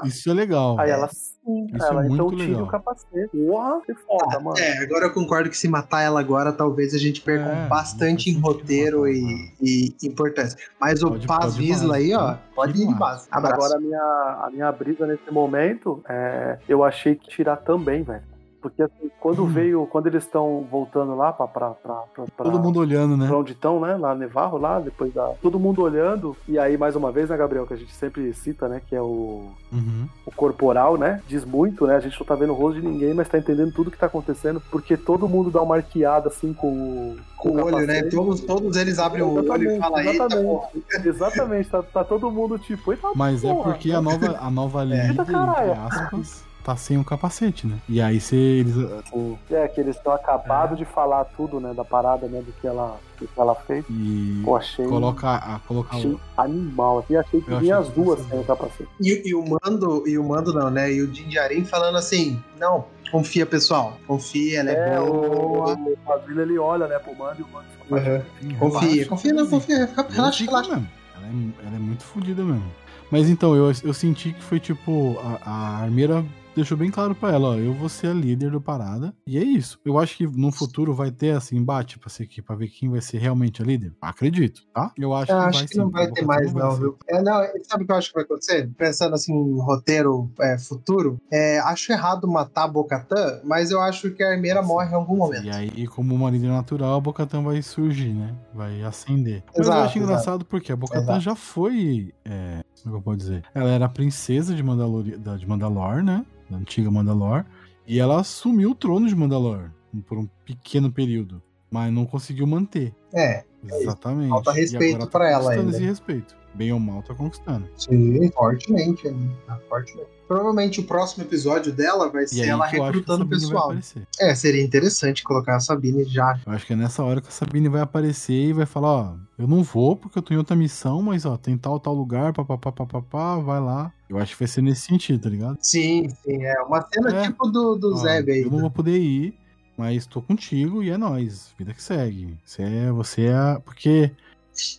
isso é legal. Aí ela sim, Isso é ela, então muito tire legal. o capacete. Uau, que foda, mano. É, agora eu concordo que se matar ela agora, talvez a gente perca É, bastante em não tem roteiro sentido matar e, e importância. Mas o Pode- Paz pode Visla mais, aí, ó, né? pode ir de Pode paz. Abraço. Agora a minha, a minha briga nesse momento, é, eu achei que tirar também, velho. Porque assim, quando Uhum. Hum. veio, quando eles estão voltando lá pra, pra, pra, pra, pra- Todo mundo olhando, né? pra onde estão, né? Lá Nevarro, lá, depois da. Todo mundo olhando. E aí, mais uma vez, né, Gabriel, que a gente sempre cita, né? Que é o, Uhum. o corporal, né? Diz muito, né? A gente não tá vendo o rosto de ninguém, mas tá entendendo tudo que tá acontecendo. Porque todo mundo dá uma arqueada assim com o. Com o olho, né? Todos, todos eles abrem o olho e Exatamente, falam, eita porra. Exatamente, exatamente. Tá, tá todo mundo tipo, eita Mas é porra. porque a nova, a nova líder, Eita, entre caralho. aspas, tá sem o capacete, né? E aí cê, eles. Tipo, É, que eles estão É. acabados de falar tudo, né, da parada, né, do que ela, do que ela fez. E Pô, achei, coloca a. Coloca achei o- animal aqui, achei que Eu vinha as achei que duas fosse- sem o capacete. E, e o Mando, e o Mando não, né? E o Dindiarim falando assim, não, confia, pessoal. Confia, ela é, boa. o Padrilha, ele olha, né, pro Mando e o Mando fica Uhum. Ih, Confia, relaxa, confia, não, Lizzy. confia. Fica, Ela relaxa, fica relaxa. mesmo. Ela é, ela é muito fodida mesmo. Mas então, eu, eu senti que foi tipo. A, a armeira deixou bem claro pra ela: ó, eu vou ser a líder do parada. E é isso. Eu acho que no futuro vai ter assim, embate pra, ser, que- pra ver quem vai ser realmente a líder. Acredito, tá? Eu assim. acho Eu que acho vai que sim, não vai Boca ter Raton mais, vai não, ser. viu? É, não, sabe o que eu acho que vai acontecer? Pensando assim, em roteiro é, futuro, é, acho errado matar a Bocatã, mas eu acho que a Armeira Nossa, morre em algum um momento. E aí, como uma líder natural, a Bocatan vai surgir, né? Vai acender. Mas eu Exato, acho engraçado porque a Bocatan Exato. já foi. É, como é que eu posso dizer? Ela era a princesa de, Mandalori, da, de Mandalor, né? Da antiga Mandalor. E ela assumiu o trono de Mandalor por um pequeno período. Mas não conseguiu manter. É, Exatamente. Falta E respeito agora tá pra ela conquistando ainda. Esse respeito. Bem ou mal, tá conquistando. sim, fortemente, né? Tá fortemente. Provavelmente o próximo episódio dela vai E ser aí ela que eu acho que a recrutando o Sabine vai pessoal. aparecer. É, seria interessante colocar a Sabine já. Eu acho que é nessa hora que a Sabine vai aparecer e vai falar, ó, eu não vou porque eu tô em outra missão, mas ó, tem tal, tal lugar, papapá, papapá, vai lá. Eu acho que vai ser nesse sentido, tá ligado? Sim, sim, é uma cena É. tipo do, do Ó, Zeb aí. né? Eu não vou poder ir, mas tô contigo e é nóis, vida que segue. Você é, você é, a- porque...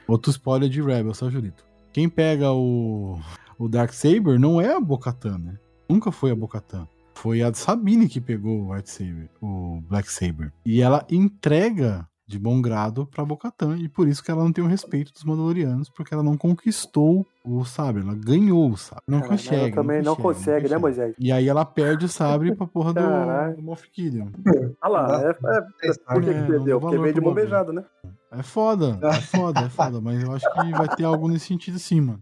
Outro spoiler de Rebels, tá, Julito? Quem pega o, o Darksaber não é a Bocatan, né? Nunca foi a Bocatan. Foi a Sabine que pegou o White Saber, o Black Saber. E ela entrega de bom grado pra Bocatan. E por isso que ela não tem o respeito dos Mandalorianos, porque ela não conquistou o sabre. Ela ganhou o sabre. Não Cara, mas consegue. ela também não consegue, né, consegue. Moisés? E aí ela perde o sabre pra porra do, Caralho. do Moff Gideon. Ah lá, é, é, por que É, que não perdeu? deu Porque valor veio de pro bagulho. mão beijada, né? É foda, é foda, é foda. Mas eu acho que vai ter algo nesse sentido sim, mano.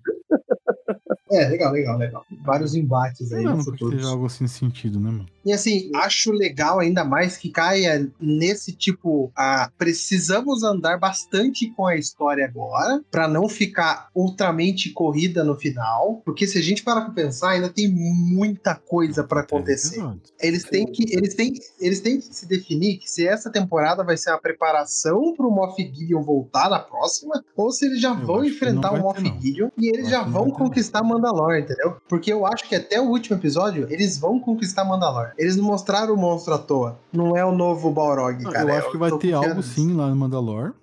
É, legal, legal, legal. Vários embates aí no Esperando É que futuro. seja algo assim sentido, né, mano? E assim, acho legal ainda mais que caia nesse tipo, ah, precisamos andar bastante com a história agora, pra não ficar ultramente corrida no final, porque se a gente parar pra pensar, ainda tem muita coisa É, pra acontecer. Eles têm que eles têm, eles têm que se definir que se essa temporada vai ser uma preparação pro Moff Gideon voltar na próxima, ou se eles já Eu vão acho que enfrentar não o vai Moff ter, não. Gideon e Eu eles acho já que não vão vai ter, não. conquistar Mandalor, entendeu? Porque eu acho que até o último episódio eles vão conquistar Mandalor. Eles não mostraram o monstro à toa. Não é o novo Balrog, Não, cara. É, eu acho que vai tô ter confiando algo nisso. sim lá no Mandalor.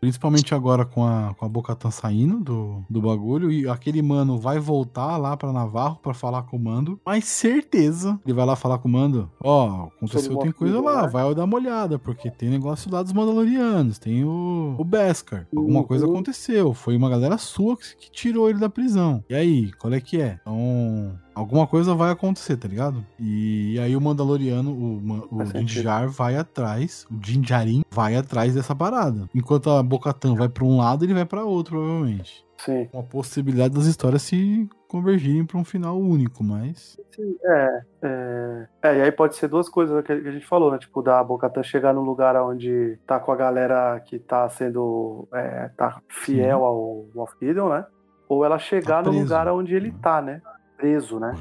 Principalmente agora com a, com a Bocatan saindo do, do bagulho. E aquele mano vai voltar lá pra Navarro pra falar com o mando. Mas certeza ele vai lá falar com o mando. Ó, aconteceu, Sobre o tem coisa Moff Gideon, lá, né? vai dar uma olhada. Porque tem negócio lá dos Mandalorianos, tem o, o Beskar. Alguma coisa Uhum. aconteceu. Foi uma galera sua que, que tirou ele da prisão. E aí, qual é que é? Então, alguma coisa vai acontecer, tá ligado? E aí o Mandaloriano, o, ma- o Faz Din sentido. Djar vai atrás, o Dinjarin vai atrás dessa parada. Enquanto a Bocatan vai pra um lado, ele vai pra outro, provavelmente. Sim. Uma possibilidade das histórias se convergirem pra um final único, mas. Sim, É, é, é, e aí pode ser duas coisas que a que a gente falou, né? Tipo, da Bocatan chegar num lugar onde tá com a galera que tá sendo é, tá fiel ao Moff Gideon, né? ou ela chegar Tá no preso. lugar onde ele tá, né? Preso, né?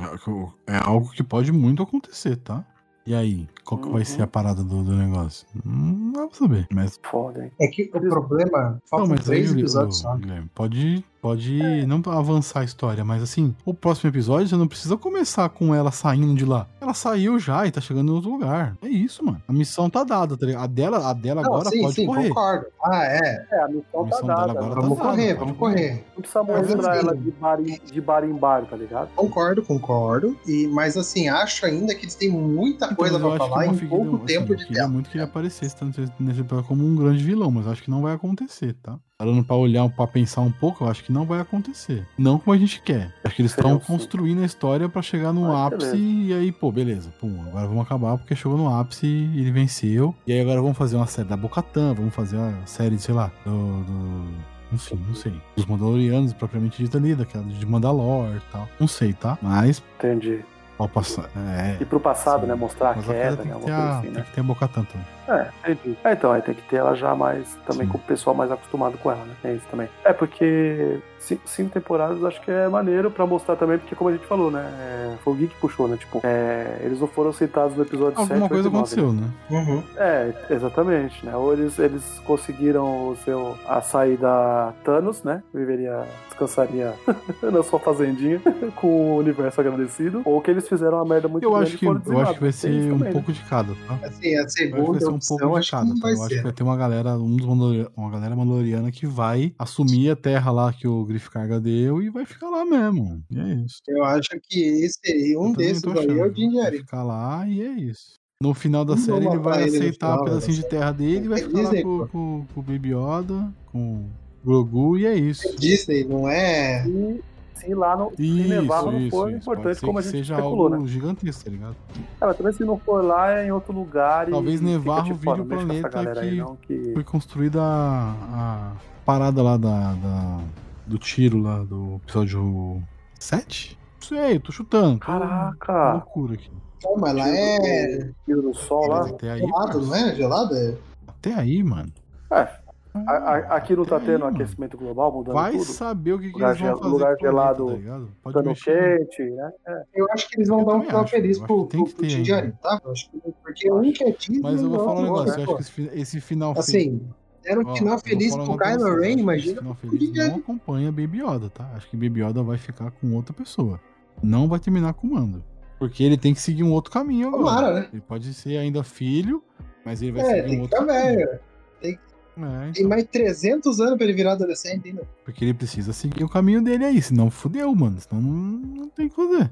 É algo que pode muito acontecer, tá? E aí, qual que vai Uhum. ser a parada do, do negócio? Hum, Não dá pra saber. Mas, Foda, hein? É que o problema. não, Faltam mas aí, três Guilherme, episódios só. né? Guilherme, pode, pode não avançar a história, mas assim, o próximo episódio você não precisa começar com ela saindo de lá. Ela saiu já e tá chegando em outro lugar. É isso, mano. A missão tá dada, tá ligado? A dela, a dela Não, agora sim, pode sim, correr. concordo. Ah, é. É, a missão, A missão tá dela dada. agora né? tá Vamos dada, correr, pode vamos correr. correr. Não precisa Mas mostrar assim- ela de bar, em, de bar em bar, tá ligado? Concordo, concordo. E, mas assim, acho ainda que eles têm muita Então, coisa mas eu pra acho que o falar em Mofigueira- pouco assim, tempo eu de queria tela. muito que ele aparecesse tá? tanto nesse papel como um grande vilão, mas acho que não vai acontecer, tá? Parando pra olhar, pra pensar um pouco, eu acho que não vai acontecer. Não como a gente quer. Acho que eles Seria estão um sim. construindo a história pra chegar no Ah, ápice beleza. e aí, pô, beleza. Pum, agora vamos acabar porque chegou no ápice e ele venceu. E aí agora vamos fazer uma série da Bocatã, vamos fazer uma série, de, sei lá, do. do... Enfim, não sei. Dos Mandalorianos, propriamente dito ali, daquela de Mandalor e tal. Não sei, tá? Mas, Entendi. pode passar. É. E pro passado, Sim. né? Mostrar a Mas a cara queda, tem né? que Uma ter coisa a, assim, tem né? que ter a Bocatã também. É, entendi. É, então, aí tem que ter ela já mais. Também Sim. com o pessoal mais acostumado com ela, né? Tem isso também. É, porque ci- cinco temporadas acho que é maneiro pra mostrar também, porque como a gente falou, né? é, Foi o Gui que puxou, né? Tipo, é, eles não foram citados no episódio 7. Alguma coisa aconteceu, né? Uhum. É, exatamente, né? Ou eles, eles conseguiram o seu, a saída Thanos, né? Viveria, descansaria na sua fazendinha com o universo agradecido. Ou que eles fizeram uma merda muito Eu grande acho e que, foram eu acho que vai dizimados. Tem ser isso um também, né? pouco de cada, tá? Assim, a Eu acho que vai segunda ser um opção pouco de acho que cada, não tá? vai Eu acho que ser. vai ter uma galera, um dos Mandalori- uma galera mandaloriana que vai assumir a terra lá que o Griff Carga deu e vai ficar lá mesmo. E é isso. Eu acho que esse, um Eu também desses tô aí é o achando. né? Jim Vai Jerry. ficar lá e é isso. No final da Não série vou ele vai matar ele no aceitar final um da pedacinho de série. terra dele e vai Tem ficar lá Disney, com, pô. com, com o Baby Yoda, com o Grogu e é isso. Disney, não é? E se lá no, se Isso, Nevarro não isso, for isso. Pode importante, ser como a que gente seja especulou, algo né? gigantesco, tá ligado? Cara, também se não for lá, é em outro lugar. e Talvez fica de Nevarro fora, vire o não deixa essa planeta galera aí, que- não, que... foi construída a, a parada lá da, da- do tiro lá do episódio 7? Não sei, tô chutando. tô Caraca! Loucura aqui. Não, mas lá é Tiro do sol lá. né? Mas até aí. gelado, parça, não é? Gelado? é? Até aí, mano. É, a- a- aqui não tá Até tendo aí, mano. aquecimento global, mudando Vai tudo. saber o que, que Lugar eles vão gel- fazer. lugar com o planeta, gelado, tá ligado? Pode Ficando mexer. quente, né? Eu acho que eles vão Eu dar um também final acho, feliz eu acho pro, que tem pro, que pro ter Jim ainda. Jerry, tá? Eu acho que, porque um que é Disney. Mas eu vou não, falar um não, negócio. né, Eu acho pô? que esse, fi- esse final feliz. Assim, era um ó, final eu vou feliz falar um pro negócio pra Kylo vocês, Ren, acho que imagina. é Esse final pro feliz Jim Jerry. não acompanha Baby Yoda, tá? Acho que Baby Yoda vai ficar com outra pessoa. Não vai terminar com o Mando. Porque ele tem que seguir um outro caminho agora. Tomara, né? Ele pode ser ainda filho, mas ele vai É, seguir tem um que outro ficar caminho. velho. É, Tem então, mais 300 anos pra ele virar adolescente ainda. Porque ele precisa seguir o caminho dele aí, senão fudeu, mano. Senão não, não tem o que fazer.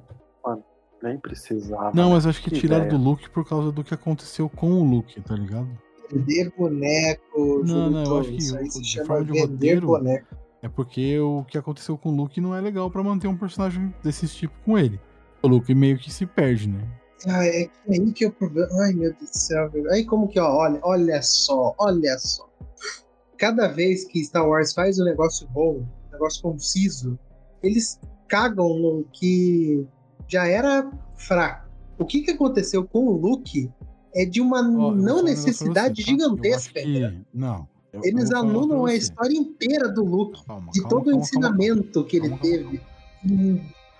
Nem precisava. Não, mas acho que, que tiraram ideia. do Luke por causa do que aconteceu com o Luke, tá ligado? Vender boneco, Não, Júlio não, eu Torres, acho que isso aí o- se de chama forma de vender roteiro, boneco. É porque o que aconteceu com o Luke não é legal pra manter um personagem desse tipo com ele. O Luke meio que se perde, né? Ah, é que aí que é o problema. Ai, meu Deus do céu. velho. Aí como que, ó, olha, olha só, olha só. Cada vez que Star Wars faz um negócio bom, um negócio conciso, eles cagam no que já era fraco. O que que aconteceu com o Luke é de uma Ó, eu vou falar um não negócio pra necessidade você, tá? Eu acho gigantesca. que- Não. eu- eu vou falar um Eles negócio anulam pra a você. história inteira do Luke, Calma, de calma, todo o calma, ensinamento que ele calma, teve. calma.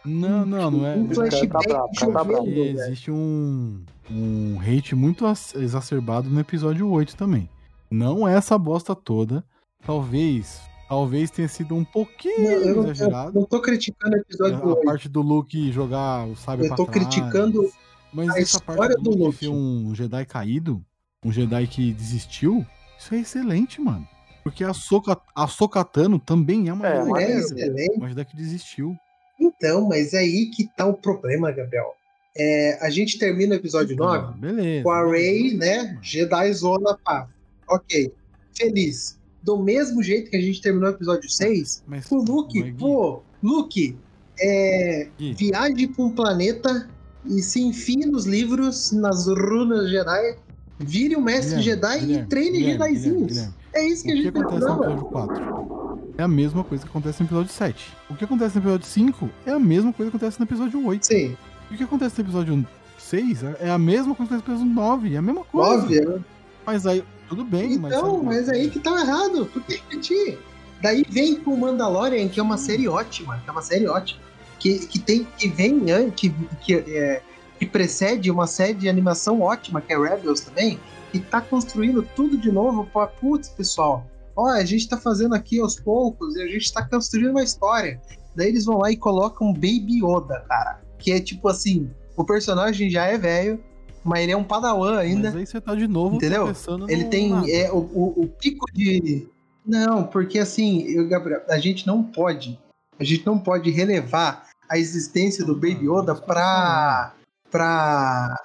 Não, não, não é. Um não é- flashback Tá bravo, tá Cara, bravo. chovendo, velho. existe um, um hate muito ac- exacerbado no episódio 8 também. Não é essa bosta toda. Talvez. Talvez tenha sido um pouquinho Não, eu não, eu exagerado. É, não tô criticando o episódio a do parte do Luke jogar o sábio é. Eu pra tô trás. criticando Mas a essa parte história do do Luke Luke. ser um Jedi caído, um Jedi que desistiu, isso é excelente, mano. Porque a Soka, a Ahsoka Tano também é uma É, Jedi mas- é caída, excelente. uma Jedi que desistiu. Então, mas é aí que tá o problema, Gabriel. É, a gente termina o episódio Então, 9 beleza. com a Rey, Beleza, né? mano. Jedi Zona pá. Ok. Feliz. Do mesmo jeito que a gente terminou o episódio 6, Mas, o Luke, mas, Gui, pô, Luke, é, Gui, viaje para um planeta e se enfie nos livros, nas runas Jedi, vire um mestre Guilherme, Jedi Guilherme, e treine Guilherme, Jedizinhos. Guilherme, É isso que a Guilherme. gente O que acontece no precisava. episódio 4? É a mesma coisa que acontece no episódio 7. O que acontece no episódio 5 é a mesma coisa que acontece no episódio 8. Sim, E o que acontece no episódio 6 é a mesma coisa que acontece no episódio 9. É a mesma coisa. óbvio. Mas aí, tudo bem, mas. Então, sabe, é mas aí que tá errado. Tu tem que repetir. Daí vem com Mandalorian, que é uma série ótima, que é uma série ótima. Que, que tem que vem an- que, que, é, que precede uma série de animação ótima, que é Rebels também, e tá construindo tudo de novo. Pô, putz, pessoal, ó, a gente tá fazendo aqui aos poucos e a gente tá construindo uma história. Daí eles vão lá e colocam Baby Yoda, cara. Que é tipo assim, o personagem já é velho, mas ele é um padawan ainda. Mas aí você tá de novo Entendeu? pensando Ele no tem nada. é, o, o- o pico de. Não, porque assim, eu, Gabriel, a gente não pode. A gente não pode relevar a existência do Baby Uhum. Yoda pra. pra.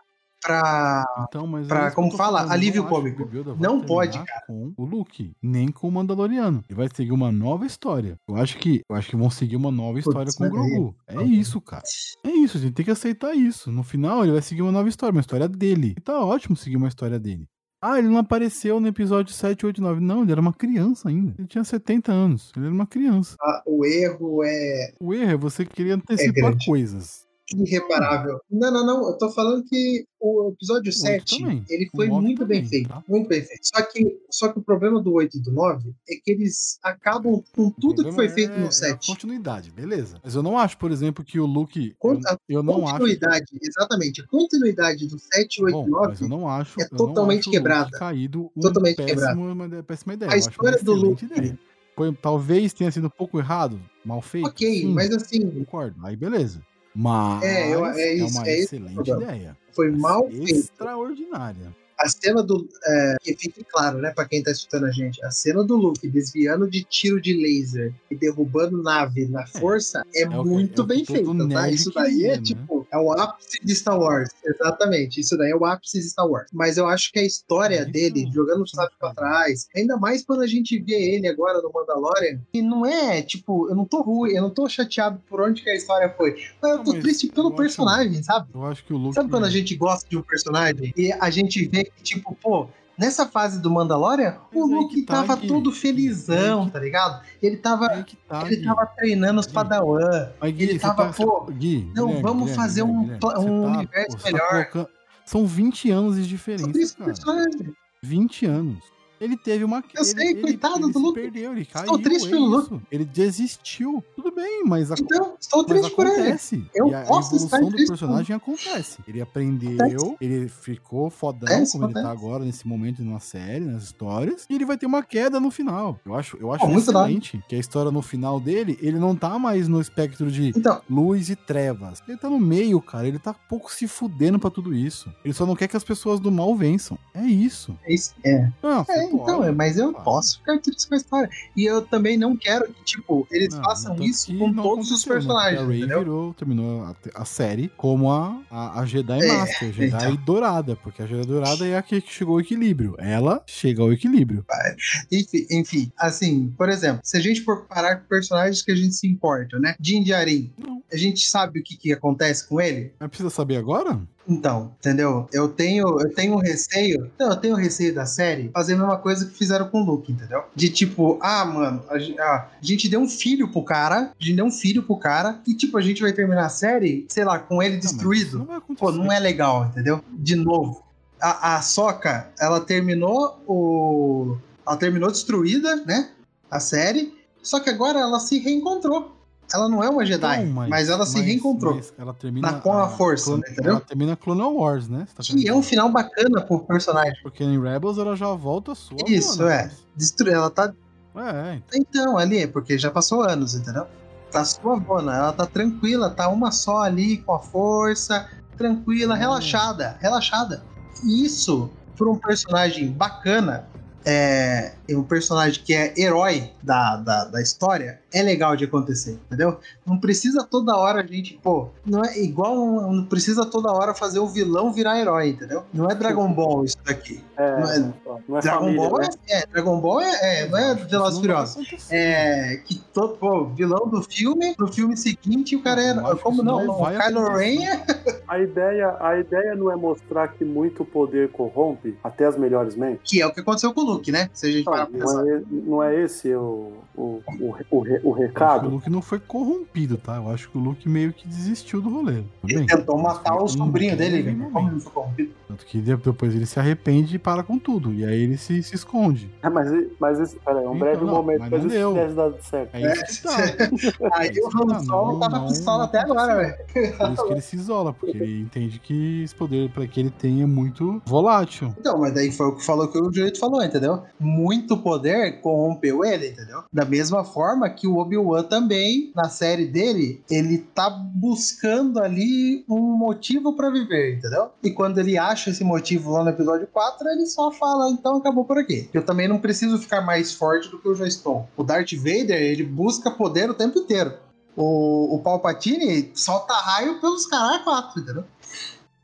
pra. Então, mas Ah, pra- é isso que como eu tô fala, falando, eu alívio não acho cômico. que o Baby Yoda vai Não terminar pode, cara. Com o Luke, nem com o Mandaloriano. Ele vai seguir uma nova história. Eu acho que, eu acho que vão seguir uma nova história com o mas aí- Grogu. É isso, cara. É isso, a gente tem que aceitar isso. No final, ele vai seguir uma nova história, uma história dele. E tá ótimo seguir uma história dele. Ah, ele não apareceu no episódio 7, 8, 9. Não, ele era uma criança ainda. Ele tinha 70 anos. Ele era uma criança. a- o erro é O erro é você querer antecipar grande. coisas. irreparável. Não, não, não. Eu tô falando que o episódio 7 também. ele O foi nove muito bem também, feito. tá? Muito bem feito. Só que, só que o problema do 8 e do 9 é que eles acabam com O tudo que problema foi é- feito é a no 7. continuidade, beleza. Mas eu não acho, por exemplo, que o Luke. é um Con- a Eu, eu não acho. continuidade, exatamente. A continuidade do 7, 8 Bom, e 9 mas eu não acho. é eu não totalmente acho o Luke quebrada. Caído um Totalmente péssimo, quebrada. Uma péssima ideia. A Eu acho uma história do excelente Luke- ideia. Foi- talvez tenha sido um pouco errado, mal feito. Ok, sim, mas assim, Concordo. Aí beleza. Mas É, eu- é isso, uma é esse o excelente problema. ideia. foi mal feito. Extraordinária. A cena do. é, que fique claro, né, pra quem tá escutando a gente, a cena do Luke desviando de tiro de laser e derrubando nave na força é, o que- muito é o que bem todo feita, tá? nerd Isso daí queria, é né? tipo. É o ápice de Star Wars. Exatamente. Isso daí é o ápice de Star Wars. Mas eu acho que a história É, isso dele, não- jogando o isso não sabe pra faz. trás, ainda mais quando a gente vê ele agora no Mandalorian, que não é, tipo, eu não tô ruim, eu não tô chateado por onde que a história foi. Mas eu Não, tô mas triste eu pelo acho- personagem, sabe? Eu acho que o Luke. Sabe quando a gente gosta de um personagem e a gente vê que, tipo, pô, nessa fase do Mandalorian, o Mas aí Luke que tá, tava Gui. todo Aí felizão, que- tá ligado? Ele tava, Aí que tá, ele Gui. tava treinando os Gui. Padawan. Mas, Gui, ele você tá- tava, você- pô, Gui, não, vamos fazer um pla- você tá, um universo pô, você melhor. colocando- São 20 anos de Só diferença, tem esse cara. personagem. 20 anos. Ele teve uma Eu sei, ele, coitado ele do se Luke. perdeu, ele caiu. Estou triste pelo é isso. Ele desistiu. Tudo bem, mas, a, Então, estou mas triste por ele. acontece. Eu e a, a posso estar evolução do triste personagem acontece. Ele aprendeu, Acontece. ele ficou fodão Acontece, como ele tá acontece. agora nesse momento na série, nas histórias, e ele vai ter uma queda no final. Eu acho, eu acho Pô, muito da hora. excelente que a história no final dele, ele não tá mais no espectro de Então, luz e trevas. Ele tá no meio, cara. Ele tá pouco se fudendo pra tudo isso. Ele só não quer que as pessoas do mal vençam. É isso. é isso. É. Não, você É, então, pode. é, mas eu claro. posso ficar triste com a história. E eu também não quero que, tipo, eles Não, façam tanto isso que com não todos os aconteceu, né? personagens, Porque A Ray entendeu? virou, terminou a, a série como a, a, a Jedi É, Master, a Jedi então. Dourada, porque a Jedi Dourada é a que chegou ao equilíbrio. Ela chega ao equilíbrio. Enfim, enfim, assim, por exemplo, se a gente for parar com personagens que a gente se importa, né? Jinjarin, Não. a gente sabe o que, que acontece com ele? Mas precisa saber agora? Então, entendeu? Eu tenho, eu tenho um receio. Não, eu tenho um receio da série fazer a mesma coisa que fizeram com o Luke, entendeu? De tipo, ah, mano, a, gen- ah, a gente deu um filho pro cara, a gente deu um filho pro cara, e tipo, a gente vai terminar a série, sei lá, com ele Ah, mas isso destruído. Não vai acontecer. Pô, não é legal, entendeu? De novo. A, a Soca, ela terminou o. Ela terminou destruída, né? A série. Só que agora ela se reencontrou. Ela não é uma Jedi, Então, mas, ela se reencontrou. mas ela termina Na- com a força, Clone- né, entendeu? Ela termina Clonal Wars, né? Você tá Que é um final bacana pro personagem. Porque em Rebels ela já volta sua. Isso, é. Destru... Ela tá. É, é. Então, ali, porque já passou anos, entendeu? Tá suavona, ela tá tranquila, tá uma só ali com a força, tranquila, Hum. relaxada, relaxada. E Isso, por um personagem bacana, é, e um personagem que é herói da, da, da história, é legal de acontecer, entendeu? Não precisa toda hora a gente, pô, não é igual, um- não precisa toda hora fazer o vilão virar herói, entendeu? Não é Dragon Ball isso daqui. É, Não é- não é Dragon família, Ball né? é, é, Dragon Ball é, é, não é Eu então, acho que isso Velozes e não vai Furiosos acontecer. é, que todo pô, vilão do filme, no filme seguinte o cara Eu acho era. que Como isso não? vai- não, vai o Kylo acontecer. Ren é. A ideia, a ideia não é mostrar que muito poder corrompe até as melhores mentes. é Que é o que aconteceu com o Luke, né? Se a gente parar pra Não, pensar. é, não é esse o, o, o, o, re- o Acho que o recado. Luke não foi corrompido, tá? Eu acho que o Luke meio que desistiu do rolê. Tudo Ele bem. tentou matar o Não sobrinho teve dele, né? nenhum como momento. ele não foi corrompido. Tanto que de- depois ele se arrepende e para com tudo. E aí ele se, se esconde. É, mas, e- mas isso, peraí, um Então, breve não, momento, mas mas, não isso deu. tivesse dado certo. É isso que tá. Aí Isso o que Han tá, Solo não, tava não, pistola não até agora, aconteceu. velho. Por isso que ele se isola, porque ele entende que esse poder para que ele tem é muito volátil. Então, mas daí foi o que falou que o direito falou, entendeu? Muito poder corrompeu ele, entendeu? Da mesma forma que o Obi-Wan também, na série dele, ele tá buscando ali um motivo pra viver, entendeu? E quando ele acha esse motivo lá no episódio 4, ele só fala, então acabou por aqui. Eu também não preciso ficar mais forte do que eu já estou. O Darth Vader, ele busca poder o tempo inteiro. O, o Palpatine solta raio pelos caras quatro, entendeu?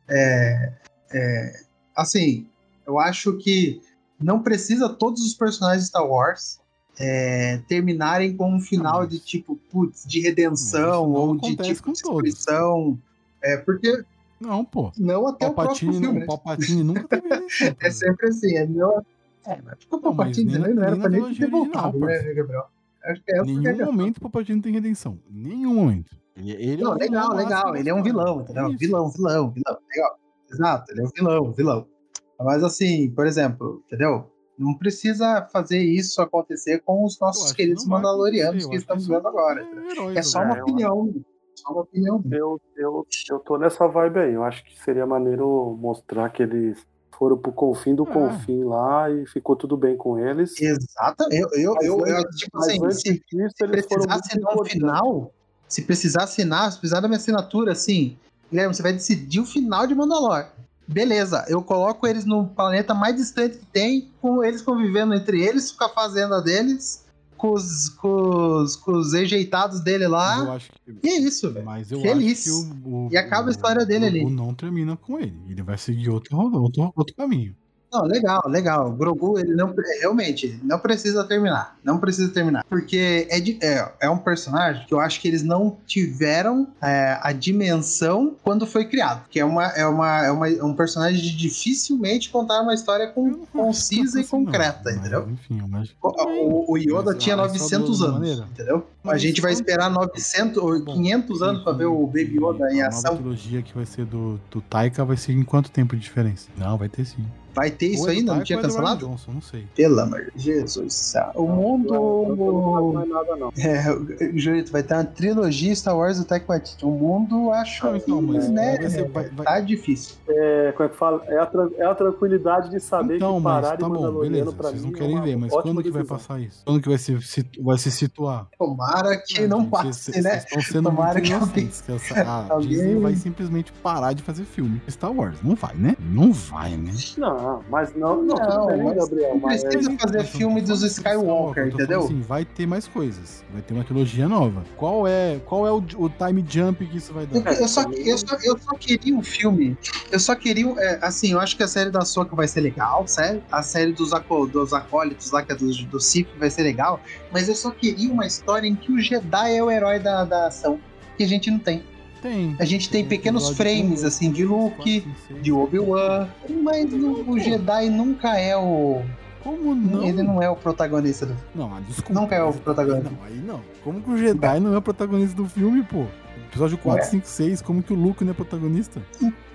É, é, assim, eu acho que não precisa todos os personagens de Star Wars é, terminarem com um final mas- de tipo, putz, de Mas isso redenção não ou de acontece tipo com todos. destruição. É, porque Não, pô. não até Palpatine, o próximo filme. o né? Palpatine nunca teve redenção, É cara. sempre assim, é não. É, mas ficou Não, mas nem Palpatine na- também, não era nem pra na nem ter trilogia original, voltado, né, Gabriel? Acho que é essa que é a Nenhum questão. momento o Palpatine tem redenção. Nenhum momento. Ele, ele é Não, o legal, vilão legal. máximo Ele da é um história. vilão, entendeu? É isso. vilão, vilão, vilão. Legal. Exato, ele é um vilão, vilão. Mas assim, por exemplo, entendeu? Não precisa fazer isso acontecer com os Eu nossos acho queridos não vai mandalorianos acontecer, que eu acho estamos isso vendo agora. é entendeu? herói, É só velho. uma eu opinião. Só uma opinião. Eu, eu, eu tô nessa vibe aí. Eu acho que seria maneiro mostrar que eles foram pro confim do É. confim lá e ficou tudo bem com eles. Exato. Eu, eu, Mas eu, eu, antes- tipo mas assim, antes se disso, se eles foram precisar muito um assinar o importantes. final, se precisar assinar, se precisar da minha assinatura, assim, Guilherme, você vai decidir o final de Mandalor. Beleza, eu coloco eles no planeta mais distante que tem, com eles convivendo entre eles, com a fazenda deles, com os, com os, com os rejeitados dele Mas eu lá. acho que- E é isso, velho. Mas eu Feliz. acho que o, o- E acaba a história dele o, ali. O não termina com ele. Ele vai seguir outro, outro, outro caminho. Não, legal, legal. O Grogu, ele não pre- realmente ele não precisa terminar. Não precisa terminar. Porque é, de- é, é um personagem que eu acho que eles não tiveram é, a dimensão quando foi criado. Que é, uma, é, uma, é, uma, é um personagem de dificilmente contar uma história Eu com, não acho que concisa e acontece, não, concreta, mas, entendeu? Enfim, eu acho que O, o Yoda Mas, tinha ah, isso é de 900 anos, outra maneira. entendeu? A Mas gente vai isso- esperar 900 ou Bom, 500 anos pra ver o Baby Yoda em a nova ação. trilogia que vai ser do, do Taika vai ser em quanto tempo de diferença? Não, vai ter sim. Vai ter isso Ou é do ainda? Não Taika tinha ou é do Ryan cancelado? Johnson, não sei. Pelo amor de Jesus. O mundo. Eu não mais nada, não. É, Jurito, vai ter uma trilogia Star Wars do Taika Waititi. O mundo acho Não, então, mas que, né, vai ser- vai- vai- tá difícil. É, como é que fala? É a, tran- é a tranquilidade de saber Então, que mas parar tá e bom, Mandaloriano beleza. pra Vocês mim não é querem uma ver, mas ótima quando que vai decisão. passar isso? Quando que vai se, situ- vai se situar? Tomara que Ah, não gente, passe, vocês- vocês né? Estão sendo Tomara muito que alguém- inocentes, que essa- a alguém- Disney vai simplesmente parar de fazer filme. Star Wars, não vai, né? Não vai, né? Não, mas não, não, Não, tudo bem, mas Gabriel. não Mas precisa. Mas, fazer então, filme eu tô dos falando sobre Skywalker, eu tô falando entendeu? Assim, vai ter mais coisas. Vai ter uma trilogia nova. Qual é, qual é o, o time jump que isso vai Eu, dar? É, eu só, eu, só, eu só queria um filme. Eu só queria. um- é, assim, eu acho que a série da Soca vai ser legal, sério. A série dos, aco- dos acólitos lá, que é do, do Sif, vai ser legal. Mas eu só queria uma história em que o Jedi é o herói da, da ação. Que a gente não tem. Tem. A gente tem Tem pequenos episódio frames, um, assim, de Luke, de Obi-Wan. Mas o, o Jedi nunca é o. Como não? Ele não é o protagonista do filme. Não, ah, desculpa. Nunca é o mas aí protagonista. Não, aí não. Como que o Jedi não é o protagonista do filme, pô? Episódio é. 4, 5, 6, como que o Luke não é protagonista?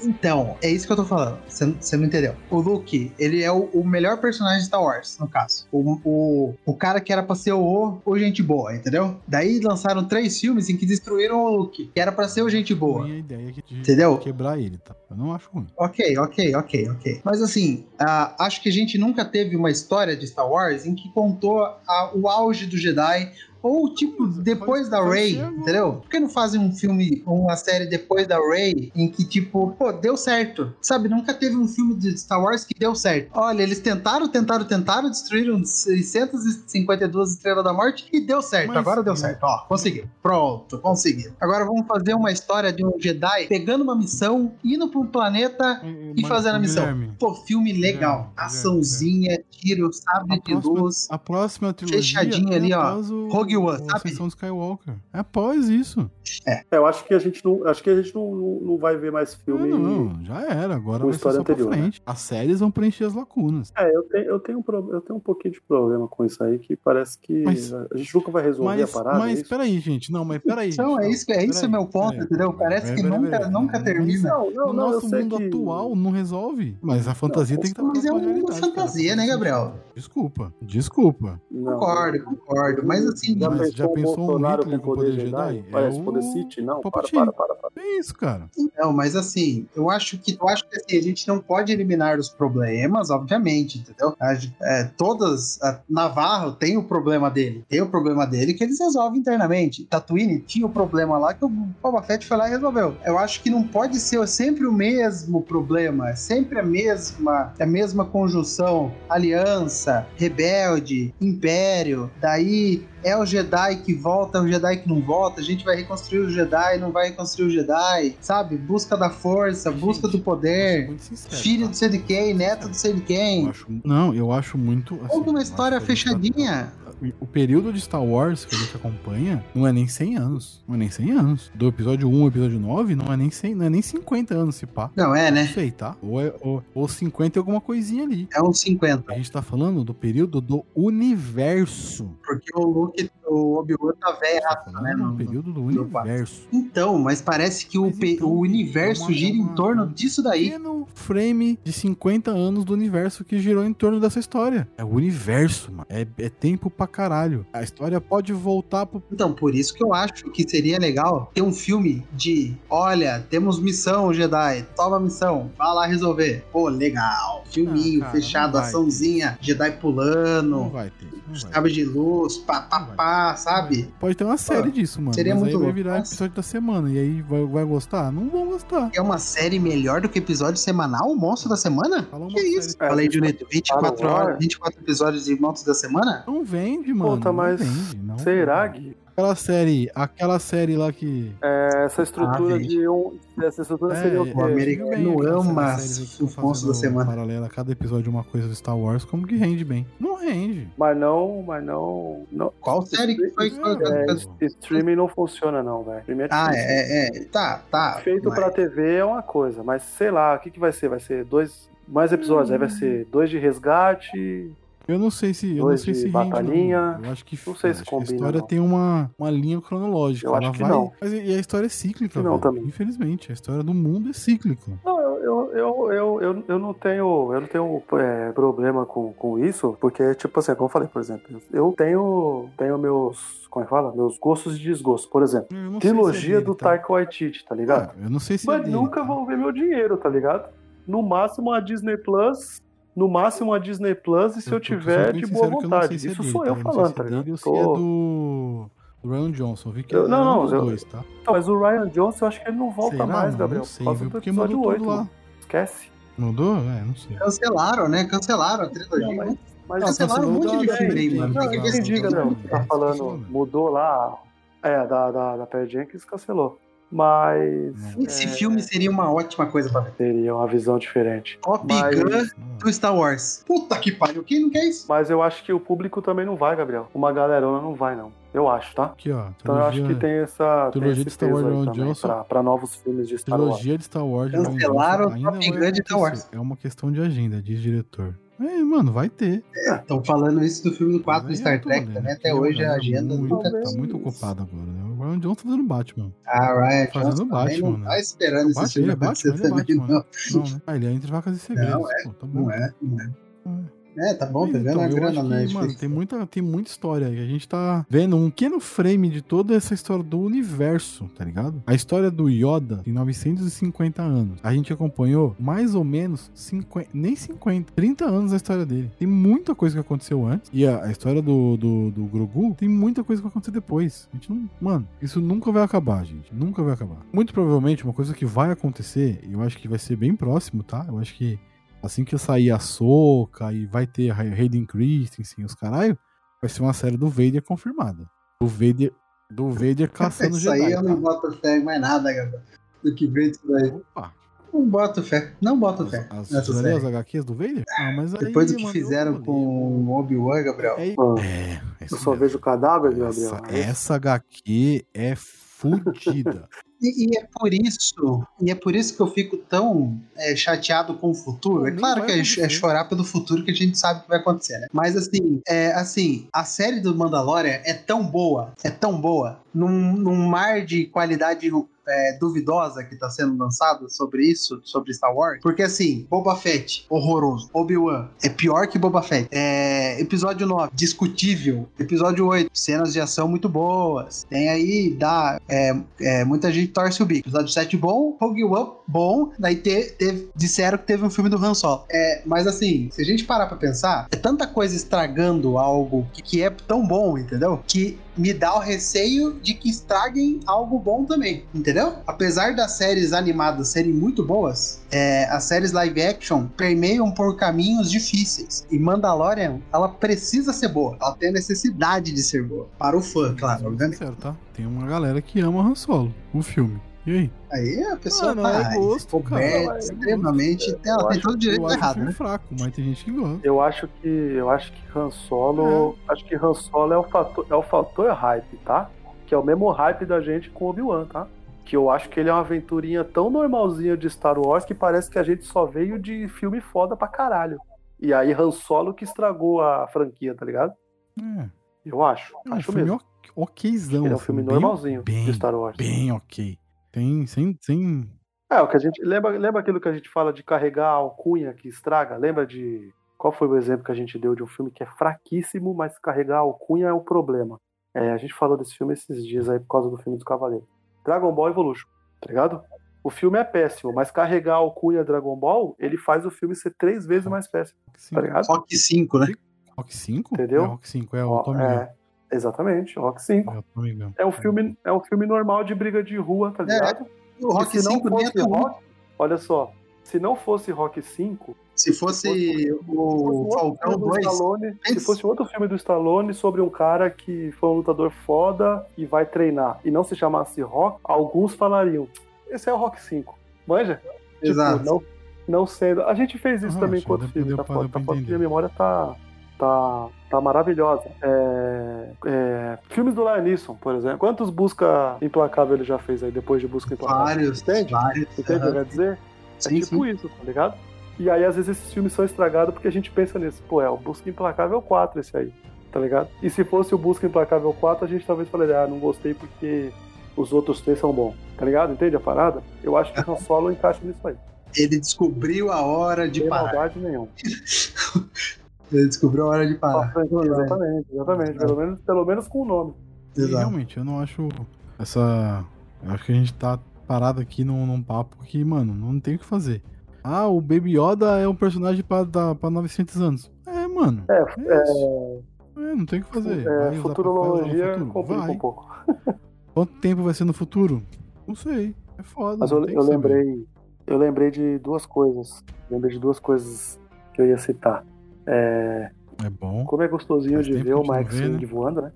Então, é isso que eu tô falando. Você não- você não entendeu. O Luke, ele é o, o melhor personagem de Star Wars, no caso. O, o, o cara que era pra ser o, o gente boa, entendeu? Daí lançaram três filmes em que destruíram o Luke, que era pra ser o gente boa. Minha ideia é que de Entendeu? quebrar ele, tá? Eu não acho ruim. Ok, ok, ok, ok. Mas assim, ah, acho que a gente nunca teve uma história de Star Wars em que contou ah, o auge do Jedi. Ou, tipo, Mas depois pode- da pode Rey, ser agora. entendeu? Por que não fazem um filme, uma série depois da Rey, em que, tipo, pô, deu certo? Sabe, nunca teve um filme de Star Wars que deu certo. Olha, eles tentaram, tentaram, tentaram, destruíram 652 estrelas da morte e deu certo. Mas- é. Agora deu mas- certo. Ó, conseguiu. Pronto, conseguiu. Agora vamos fazer uma história de um Jedi pegando uma missão, indo pra um planeta E fazendo a missão? Guilherme, Pô, filme legal. Guilherme, Açãozinha, tiro, É, A sabre de próxima- luz. A próxima trilogia é Fechadinha ali, ó. após o- Rogue o Obi-Wan, sabe? Ascensão do Skywalker. É após isso. É, eu acho que a gente não, acho que a gente não, não- não vai ver mais Não, filme. É, não, já era. Agora com vai ser só história anterior, pra né? frente. As séries vão preencher as lacunas. É, eu tenho, eu, tenho um pro- eu tenho um pouquinho de problema com isso aí, que parece que Mas- a gente nunca vai resolver Mas, a parada. é mas isso? peraí, gente. Não, mas peraí. Então, gente, é não. isso, é isso Peraí, meu ponto, peraí. entendeu? Parece Peraí, que peraí, nunca, peraí. nunca Não, termina. não, não, No não, eu nosso sei mundo que- atual não resolve. Mas a fantasia Não, tem que tá estar Mas é uma fantasia, né, Gabriel? Desculpa, desculpa. Não. Hum, Concordo, concordo. Mas assim, Não, mas- mas- já pensou um Bolsonaro Hitler com poder Jedi? É Parece o poder City? Não, para, Palpatine. para, para, para. É isso, cara. não, mas assim, eu acho que eu acho que assim, a gente não pode eliminar os problemas, obviamente, entendeu? A gen- é, todas. a- Navarro tem o problema dele, tem o problema dele que eles resolvem internamente. Tatooine tinha o problema lá que o Boba Fett foi lá e resolveu. Eu acho que não pode ser sempre o mesmo problema, é sempre a mesma, a mesma conjunção, aliança, rebelde, império, daí é o Jedi que volta, é o Jedi que não volta, a gente vai reconstruir o Jedi, não vai reconstruir o Jedi, sabe? Busca da força, busca Gente, do Eu sou poder, muito sincero, É, filho tá? do sei de quem, neto do sei de Eu quem. acho- Não, eu acho muito. assim, Conta eu uma acho história que a gente tá- fechadinha. O período de Star Wars que a gente acompanha não é nem 100 anos. Não é nem 100 anos. Do episódio 1 ao episódio 9, não é nem 100, não é nem 50 anos, se pá. Não, é, Não né? sei, tá? Ou, é, ou, ou 50 e alguma coisinha ali. É uns 50. A gente tá falando do período do universo. Porque o Luke, o Obi-Wan tá velho. Tá falando né, do no- período do no quatro. universo. Então, mas parece que o, Mas pe- então, o é universo uma- gira é em uma- torno disso daí. pequeno frame de 50 anos do universo que girou em torno dessa história. É o universo, mano. É, é tempo pra caralho. A história pode voltar pro. Então, por isso que eu acho que seria legal ter um filme de: olha, temos missão, Jedi, toma a missão, vá lá resolver. Pô, legal. Filminho, Ah, cara, fechado, não vai. açãozinha, Jedi Não pulando, vai ter. não vai cabo de luz, pá, pá, Não vai. pá, ter. sabe? Pode ter uma série disso, mano. Seria mas aí muito vai louco. virar Nossa. episódio da semana. E aí vai, vai gostar? Não vão gostar. É uma série melhor do que episódio semanal, o Monstro da Semana? Fala uma Que isso? série. É, Falei de Unito, 24 Star Wars. horas, 24 episódios de Monstros da Semana? Não vende, mano. Puta, mas Não vende, não Será, vende. Gui? Aquela série, aquela série lá que. É, essa estrutura Ah, gente. de um. Essa estrutura É, seria é, o O é, quê? americano viu bem aquelas ama séries aí que o estão Fonso da fazendo Semana. Paralela a cada episódio uma coisa do Star Wars, como que rende bem? Não rende. Mas não, mas não. não. Qual série que foi? É, pô. Streaming não funciona, não, velho. Primeiro Ah, difícil. é, é, é. Tá, tá. Feito mas- pra TV é uma coisa, mas sei lá, o que, que vai ser? Vai ser dois. Mais episódios, aí vai ser dois de resgate. Eu não sei se, eu não Dois sei de se rende, batalhinha. não. Eu acho que Não sei se acho que combina, A história não. tem uma, uma linha cronológica. Eu acho ela que vai, não. Mas e e a história é cíclica, Acho que não velho. também. Infelizmente, a história do mundo é cíclica. Não, eu, eu, eu, eu, eu, eu não tenho, eu não tenho é, problema com, com isso, porque, tipo assim, como eu falei, por exemplo, eu tenho, tenho meus. Como é que fala? Meus gostos e desgostos. Por exemplo, Eu não sei se é trilogia dele, do tá? Taika Waititi, tá ligado? Ah, eu não sei se. é Mas dele, nunca tá? vão ver meu dinheiro, tá ligado? No máximo a Disney Plus. No máximo a Disney Plus, e se eu, tô- tô sendo tiver bem de boa sincero que eu não sei vontade. se é Isso dele, sou tá? eu não sei falando, se tá é dele ligado? ou se é Tô- do. do Ryan Johnson, vi que Eu- era não, um não, dos eu- dois, tá? Então, mas o Ryan Johnson, eu acho que ele não volta Será, mais, mano? Gabriel. Não sei, por causa viu? do Porque episódio mudou 8, tudo lá. mano. Esquece. Mudou? É, não sei. Cancelaram, né? Cancelaram a Não, trilogia. mas- Mas Nossa, cancelaram um monte de da- filme aí, da- mano. da- Tem que Quem ver se diga, tem não. outro. Tá falando, Cancelou, né? mudou lá. É, da, da, da Perry Jenkins cancelou. Mas. Não. Esse é, filme seria uma ótima coisa pra ver. Teria uma visão diferente. Top Mas- Gun Não. do Star Wars. Puta que pariu, quem não quer isso? Mas eu acho que o público também não vai, Gabriel. Uma galerona não vai, não. Eu acho, tá? Aqui, ó. Então eu acho que tem essa. Tem trilogia esse de Star Wars peso aí Ryan também Johnson. pra, pra novos filmes de Star Wars. Trilogia de Star Wars. de Ryan Johnson Cancelaram o ainda Top vai Gun de Star acontecer. É uma questão de agenda, diz diretor. É, mano, vai ter. Estão falando isso do filme do 4 Mas do aí é Star tudo, Trek né? também. Porque Até é uma hoje a galera agenda é muito, nunca. Tá muito ocupada agora, né? O Ryan Johnson fazendo Batman. Ah, Ryan Fazendo Johnson também Batman, não tá né? esperando esse Batman, ele filme é acontecer Batman, ele é também, Batman, né? não. Não, né? Ah, ele é entre vacas e segredos. Não, Pô, tá bom. Não é, não é. Hum. É, tá bom, tá Mas então, vendo a eu grana, acho né? que, Mano, Netflix? tem muita, tem muita história. aí. A gente tá vendo um pequeno frame de toda essa história do universo, tá ligado? A história do Yoda tem 950 anos. A gente acompanhou mais ou menos 50, nem 50, 30 anos da história dele. Tem muita coisa que aconteceu antes. E a, a história do, do, do Grogu tem muita coisa que vai acontecer depois. A gente não. Mano, isso nunca vai acabar, gente. Nunca vai acabar. Muito provavelmente, uma coisa que vai acontecer, e eu acho que vai ser bem próximo, tá? Eu acho que assim que sair a Soca e vai ter a Hayden Christensen, os caralho, vai ser uma série do Vader confirmada. Do Vader, do Vader caçando Isso aí é um Jedi. eu não tá? boto fé em mais nada, Gabriel. Do que vem disso daí. Opa, Não boto fé. Não é boto As, fé. as, nessa ali, série. as HQs do Vader? Ah, mas aí, Depois do que mano, fizeram eu- com o Obi-Wan, Gabriel. É, Ah, é, é isso eu só mesmo. vejo cadáver, Gabriel. né? Essa, essa HQ é fudida. E, e é por isso, e é por isso que eu fico tão é, chateado com o futuro. Pô, É nem claro vai que é, ch- é acontecer. chorar pelo futuro que a gente sabe que vai acontecer, né? Mas assim, é, assim, a série do Mandalorian é tão boa, é tão boa, num, num mar de qualidade é, duvidosa que tá sendo lançada sobre isso, sobre Star Wars. Porque assim, Boba Fett, horroroso. Obi-Wan, é pior que Boba Fett. É, episódio 9, discutível. Episódio 8, cenas de ação muito boas. Tem aí, dá. é, é, muita gente torce o bico. Episódio 7 bom, Rogue One bom. Daí te- teve- disseram que teve um filme do Han Solo. É, mas assim, se a gente parar pra pensar, é tanta coisa estragando algo que, que é tão bom, entendeu? Que me dá o receio de que estraguem algo bom também, entendeu? Apesar das séries animadas serem muito boas, é, as séries live action permeiam por caminhos difíceis. E Mandalorian, ela precisa ser boa. Ela tem a necessidade de ser boa. Para o fã, claro, Sendo obviamente. sincero, tá? Tem uma galera que ama Han Solo, o filme. E aí? Aí a pessoa Mano, tá é gosto, cara. é, É extremamente. gosto. ela Eu tem acho- todo o direito Eu de acho errado, um né? fraco, mas tem gente que gosta. Eu acho que eu acho que Han Uhum. Solo, acho que Han Solo é o fator é o fator hype, tá? Que é o mesmo hype da gente com Obi-Wan, tá? Que eu acho que ele é uma aventurinha tão normalzinha de Star Wars que parece que a gente só veio de filme foda pra caralho. E aí Han Solo que estragou a franquia, tá ligado? É. Eu acho, É um acho filme mesmo. ok, okzão. Ele é um assim, filme bem- normalzinho bem, de Star Wars. bem ok. Tem, sem, sem... É, o que a gente lembra, lembra aquilo que a gente fala de carregar a alcunha que estraga? Lembra de qual foi o exemplo que a gente deu de um filme que é fraquíssimo, mas carregar a alcunha é o problema? É, a gente falou desse filme esses dias aí por causa do filme dos Cavaleiros. Dragon Ball Evolution, tá ligado? O filme é péssimo, mas carregar a alcunha Dragon Ball, ele faz o filme ser três vezes mais péssimo, tá ligado? Rock 5, né? Rock 5? Entendeu? É Rock 5, é o Ó, Tommy Gun. é, exatamente, Rock 5. É o Tommy Gun. É um filme, é um filme normal de briga de rua, tá ligado? É, O Rock é se não 5 fosse dentro. Rock, olha só, se não fosse Rock 5, Se fosse o Falcão filme um do 2, Stallone, se pensa. fosse um outro filme do Stallone sobre um cara que foi um lutador foda e vai treinar e não se chamasse Rock, alguns falariam: esse é o Rock 5. Manja? Tipo, Exato. não, não sendo. A gente fez isso Ah, também acho com outro que deu- filme. Tá, deu pra- foda, deu pra tá foda, entender. minha memória tá. Tá, tá maravilhosa. É, é, filmes do Lion Neeson, por exemplo. Quantos Busca Implacável ele já fez aí depois de Busca Implacável? vários, tipo, Entende? vários. Entende o que eu aham. quero dizer? É Sim, tipo sim. isso, tá ligado? E aí, às vezes, esses filmes são estragados porque a gente pensa nisso. Pô, é o Busca Implacável 4 esse aí, tá ligado? E se fosse o Busca Implacável 4, a gente talvez falaria, ah, não gostei porque os outros três são bons, tá ligado? Entende a parada? Eu acho que o Han Solo encaixa nisso aí. Ele descobriu a hora de Sem parar. maldade nenhuma. Ele descobriu a hora de Só parar. franquia, exatamente, exatamente. é. Pelo menos, pelo menos com o nome. E, Exato. realmente, eu não acho essa. Eu acho que a gente tá parado aqui num, num papo que, mano, não tem o que fazer. Ah, o Baby Yoda é um personagem pra, da, pra 900 anos. É, mano. É, é isso. É, não tem o que fazer. É, Vai usar pra futurologia usar no futuro? complica Vai. um pouco. Quanto tempo vai ser no futuro? Não sei. É foda. Mas não eu, tem eu que saber. lembrei, eu lembrei de duas coisas. Lembrei de duas coisas que eu ia citar. É, É bom. Como é gostosinho Faz de tempo ver que a o gente não Mike vê, Swing voando, né?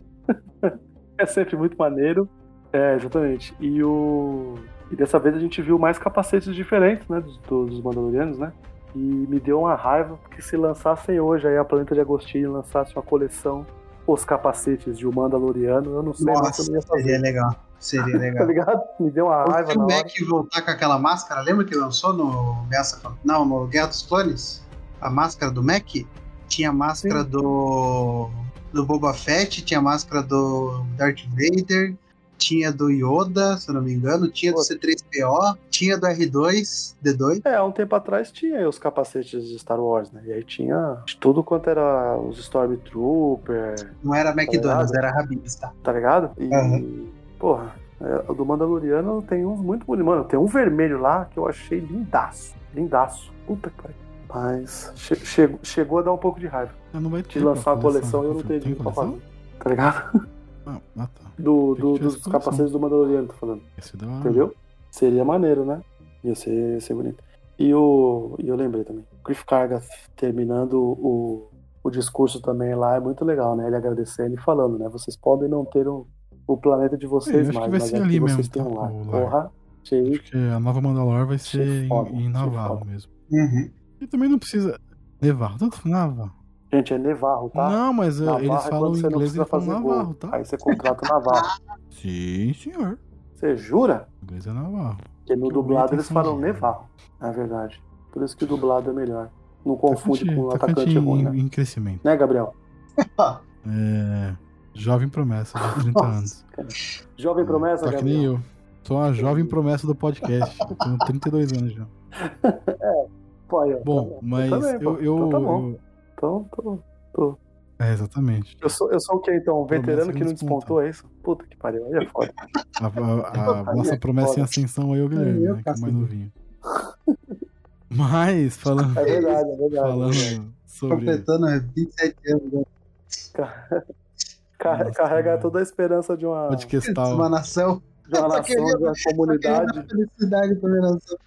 é sempre muito maneiro. É, exatamente. E o. E dessa vez a gente viu mais capacetes diferentes, né? Dos, dos Mandalorianos, né? E me deu uma raiva, porque se lançassem hoje aí a Planeta de Agostinho lançasse uma coleção os capacetes de um Mandaloriano, eu não sei mais Nossa, como eu ia seria fazer. legal. Seria Tá legal. ligado? Me deu uma O raiva na Phil hora. Mac voltar com aquela máscara, lembra que lançou no Ameaça Fan- Não, no Guerra dos Clones? A máscara do Mac? Tinha a máscara do. do Boba Fett, tinha a máscara do Darth Vader, tinha do Yoda, se eu não me engano, tinha do Pô. C3PO, tinha do R2, D2. É, há um tempo atrás tinha aí os capacetes de Star Wars, né? E aí tinha de tudo quanto era os Stormtrooper, Não era McDonald's, Tá ligado? era Habib's, tá? tá ligado? E, Aham. porra, é, o do Mandaloriano tem uns muito bonitos. Mano, tem um vermelho lá que eu achei lindaço. Lindaço. Puta que pariu. Mas che- chegou- chegou a dar um pouco de raiva, Ah, Não vai ter de lançar pra a coleção e eu não Tem ter dinheiro pra coleção? fazer. Tá ligado? Ah, ah, tá. Tem Do, que do- tirar dos essa coleção. capacetes do Mandaloriano, tô falando. Esse é dá uma... Entendeu? Seria maneiro, né? Ia ser, ia ser bonito. E o, e eu lembrei também. o Griff Carga terminando o, o discurso também lá é muito legal, né? Ele agradecendo e falando, né? Vocês podem não ter o, o planeta de É, eu vocês acho mais, que vai mas ser é o que ali vocês mesmo, têm tá? lá. O lar. Porra, Achei, Acho que a nova Mandalor vai ser Achei em, é foda, em achei Navarro foda. mesmo. Uhum. E também não precisa. Nevarro, tanto Navarro. gente, é Nevarro, tá? Não, mas eh, Navarro eles é falam quando em você não inglês precisa e falam fazer Navarro, gol. tá? Aí você contrata o Navarro. Sim, senhor. Você jura? Inglês é Navarro. Porque no Que dublado bonito eles falam confundido. Nevarro, na verdade. Por isso que o dublado é melhor. Tá Não confunde com o atacante, em, ruim, né? em crescimento. Né, Gabriel? É, jovem promessa de 30 Nossa, anos. Jovem promessa, Tá que nem Gabriel. eu. Sou uma jovem promessa do podcast. Eu tenho 32 anos já. Pô, aí, ó, tá Bom, mas também, pô. eu. eu, Então tá bom. eu- Então, tô- é, exatamente. eu sou, eu sou o que então? Um veterano menos que não menos despontou, é isso? Puta que pariu, aí é foda. A, a- a Aí nossa é promessa em foda. ascensão aí é o Guilherme, Aí eu né? Que é o faço mais isso. novinho. Mas, falando, É verdade, é verdade. falando sobre. Completando 27 anos. né? Car- Nossa, carrega mano. toda a esperança de uma, de Podcastal. Uma nação. uma Só nação, queria- de uma só queria dar comunidade. Felicidade pra minha nação.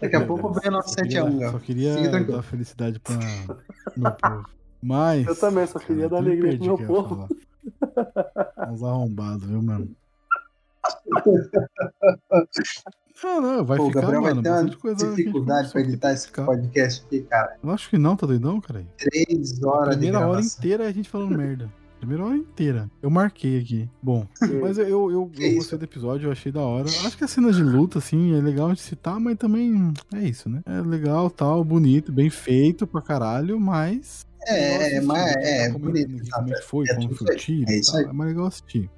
Daqui a um, Meu pouco Deus, vem o nosso só é, queria 7x1, dar- Só Gal. Fique queria tranquilo. dar felicidade pra meu povo. Mas. Eu também, só queria dar até me alegria perdi pro o que meu eu ia povo. falar. Uns arrombados, viu, mano? Não, não, vai Pô, o ficar, Gabriel vai mano, ter uma bastante coisa. que a gente dificuldade pra conversou aqui editar esse ficar. podcast aqui, cara. Eu acho que não, tá doidão, cara? Três A horas de primeira hora gravação. inteira é a gente falando merda. Primeira hora inteira. Eu marquei aqui. Bom, mas eu, eu, eu, Que eu isso? gostei do episódio, eu achei da hora. Acho que as cenas de luta, assim, é legal de citar, mas também hum, é isso, né? É legal, tal, bonito, bem feito pra caralho, mas. É, é, legal mas assistir, é, é como, bonito. que- sabe? tá como é que foi, É como tudo foi o isso tiro é e isso tal. aí. É mais legal assistir.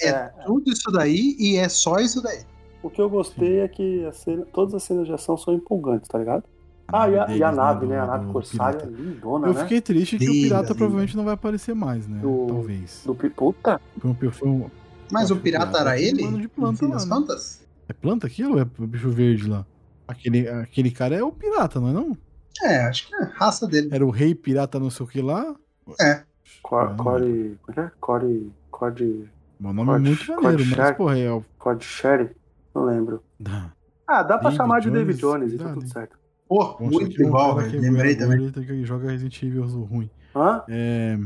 É, É, Tudo isso daí e é só isso daí. o que eu gostei é que a cena- todas as cenas de ação são empolgantes, tá ligado? Ah, e a, e a deles, nave, né? do- A nave do Corsária é pirata. lindona, Eu né? fiquei triste que o Linda, pirata linda. provavelmente não vai aparecer mais, né? Do- Talvez. Do pi- Puta, Foi um, foi um- Mas Acho o pirata que era é ele? um ano de No planta fim lá, das né? contas? É planta aquilo ou é bicho verde lá? Aquele, aquele cara é o pirata, não é não? É, acho que é a raça dele. Era o rei pirata não sei o que lá. É. Cor- Ah, Core. Como é que é? Core. Core. Meu nome Cord- é muito maneiro, mas Cordshark. porra, é o... Core Sherry? Não lembro. Dá. Ah, dá pra David chamar de David Jones, Jones e tá dá, tudo né? certo. Pô, Bom, isso muito aqui é um igual, cara velho. que é Lembrei weirdo, também. weirdo, Que joga Resident Evil ruim. Hã? É...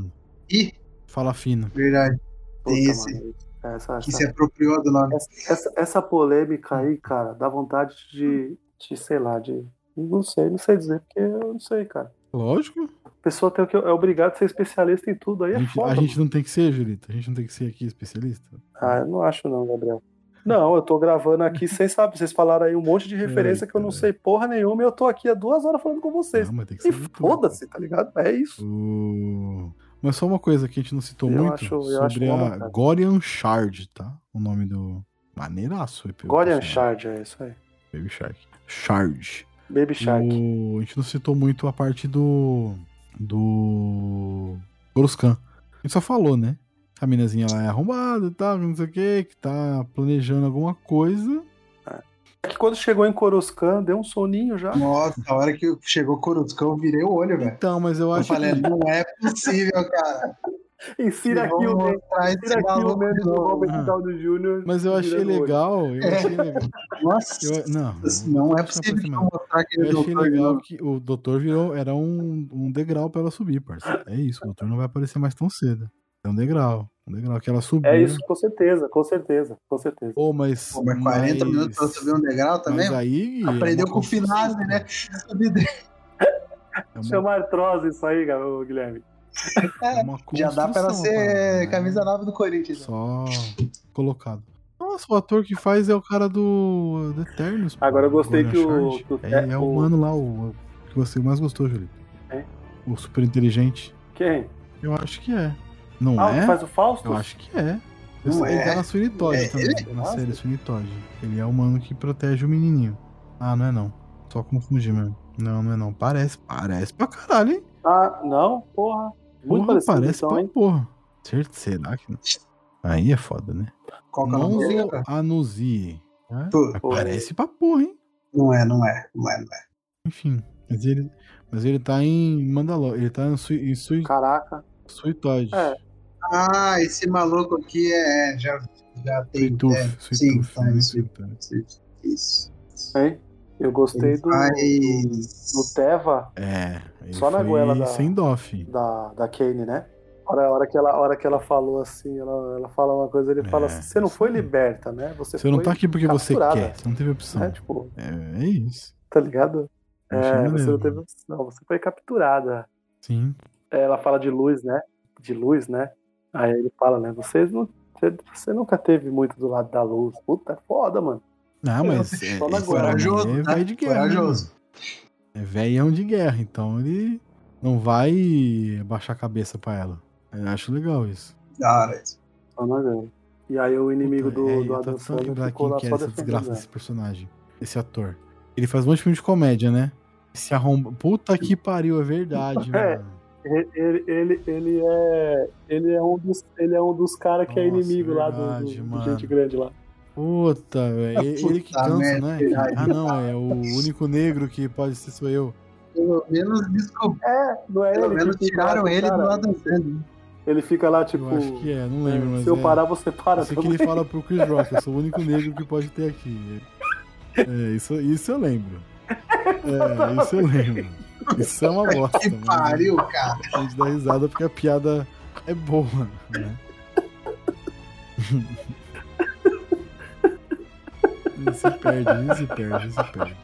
Ih, Fala fina. verdade. Puta, Esse. mano. Essa, Que essa, se apropriou do nome. essa, essa- essa polêmica aí, cara, dá vontade de, de, sei lá, de. Não sei, não sei dizer, porque eu não sei, cara. Lógico. A pessoa tem que, é obrigada a ser especialista em tudo, aí a é gente, foda. a gente mano. não tem que ser, Julito. A gente não tem que ser aqui especialista. Ah, eu não acho não, Gabriel. Não, eu tô gravando aqui, vocês sabem, vocês falaram aí um monte de referência que eu não cara. sei porra nenhuma e eu tô aqui há duas horas falando com vocês. Não, mas tem que E ser. muito. foda-se, tá ligado? É isso. O- Mas só uma coisa que a gente não citou Eu muito acho- eu sobre acho a bom, cara. Gorian Shard, tá? O nome do. Maneiraço. o episódio. Gorian Shard, é isso aí. Baby Shark. Shard. Baby Shark. O- A gente não citou muito a parte do. Do. Coruscant. A gente só falou, né? A minazinha lá é arrombada e tal, não sei o que, que tá planejando alguma coisa. É que quando chegou em Coruscant, deu um soninho já. Nossa, a hora que chegou o Coruscant, eu virei o olho, velho. Então, mas eu Eu acho falei, que. não é possível, cara. Ensina aqui Vamos o meme, mostrar esse ensina aqui o maluco meme de do novo. Ah. Robert Downey Jr. Mas eu achei virando o olho. legal. Eu É. achei legal. Nossa, Eu- não, não é deixa pra possível semana. mostrar aquele Eu achei doutor de legal novo. que o doutor virou. Era um, um degrau pra ela subir, parceiro. É isso, o doutor não vai aparecer mais tão cedo. É um degrau. Um degrau que ela subiu. É isso, com certeza, com certeza, com certeza. Pô, mas. Pô, mas 40 minutos pra subir um degrau também? Mas aí. Aprendeu é uma com o Finazzi, construção, né? Subir degrau. É uma, Chama artrose isso aí, Gal- ô, Guilherme. é uma Já dá pra ela construção, ser cara, camisa né? nova do Corinthians. Só colocado. Nossa, o ator que faz é o cara do, do Eternos. pô, Agora eu gostei Gordon que o- Shard. que o- É, é o o- humano lá, o, o que você mais gostou, Julito. É? O super inteligente. Quem? Eu acho que é. Não Ah, o que é? faz o Fausto? Eu acho que é. Não Eu sei, ele é. tá na Suinitod É, também, tá ele na Nossa. série Suinitod. Ele é o mano que protege o menininho. Ah, não é não. Só confundi mesmo. Não, não é não. Parece, parece pra caralho, hein? Ah, não, porra. Muito Porra, parecido, parece então, pra hein? porra. Cer- Será que não? Aí é foda, né? Qual que é o nome dele, Monzo cara? Anuzi. né? Pô, Pô. Parece pra porra, hein? Não é, não é, não é, não é. Enfim. Mas ele, mas ele tá em Mandalor. Ele tá em, Sui, em Sui, Caraca. Suitod. É. Ah, esse maluco aqui é. Já, já tem. Suituf. é, Suituf. sim, tá né? em Suitod. Suituf. Isso. Hein? Eu gostei do, do Mas. Teva É. ele Só na foi goela da- Sem doff. da, da Kane, né? hora, a hora que ela, a hora que ela falou assim, ela, ela fala uma coisa, ele É, fala assim, você não foi sim. liberta, né? Você, Você não foi tá aqui porque você capturada." quer, você não teve opção. É, É, tipo, é isso. tá ligado? Achei É, você maneiro. não teve opção, você foi capturada. Sim. É, Ela fala de luz, né? De luz, né? Aí ele fala, né? Vocês não. Você, você nunca teve muito do lado da luz. Puta, é foda, mano. Não, um mas. É, Só na esse guerra. Corajoso, mané é né? velho de guerra. né, mano? Corajoso. É velhão de guerra, então ele não vai baixar a cabeça pra ela. Eu acho legal isso. Da hora. isso. Só na grana. E aí o inimigo Ah, é. Puta, do, é, do eu tô Adam tentando Sandler lembrar ficou quem lá que é só essa desgraça defendendo. né? desse personagem, esse ator. Ele faz um monte de filme de comédia, né? Se arromba. Puta que pariu, é verdade, É. mano. Ele, ele, ele, ele é. Ele é um dos, ele é um dos caras que é Nossa, inimigo lá do- verdade, do, do mano. gente grande lá. Puta, velho. Ele ele que Puta cansa, merda, né? verdade. Ah, não, é o único negro que pode ser sou eu. Pelo menos descobriram, É, não é pelo ele. menos que fica lá tiraram com o ele do cara. Adam Sandler. Ele fica lá, tipo. Eu acho que é, não lembro, mas. se eu é. parar, você para. Eu sei que ele também. fala pro Chris Rock, eu sou o único negro que pode ter aqui. É, isso, isso eu lembro. É, isso eu lembro. Isso é uma bosta. Que mas pariu, cara. A gente dá risada porque a piada é boa, né? Não se perde, não se perde, não se perde.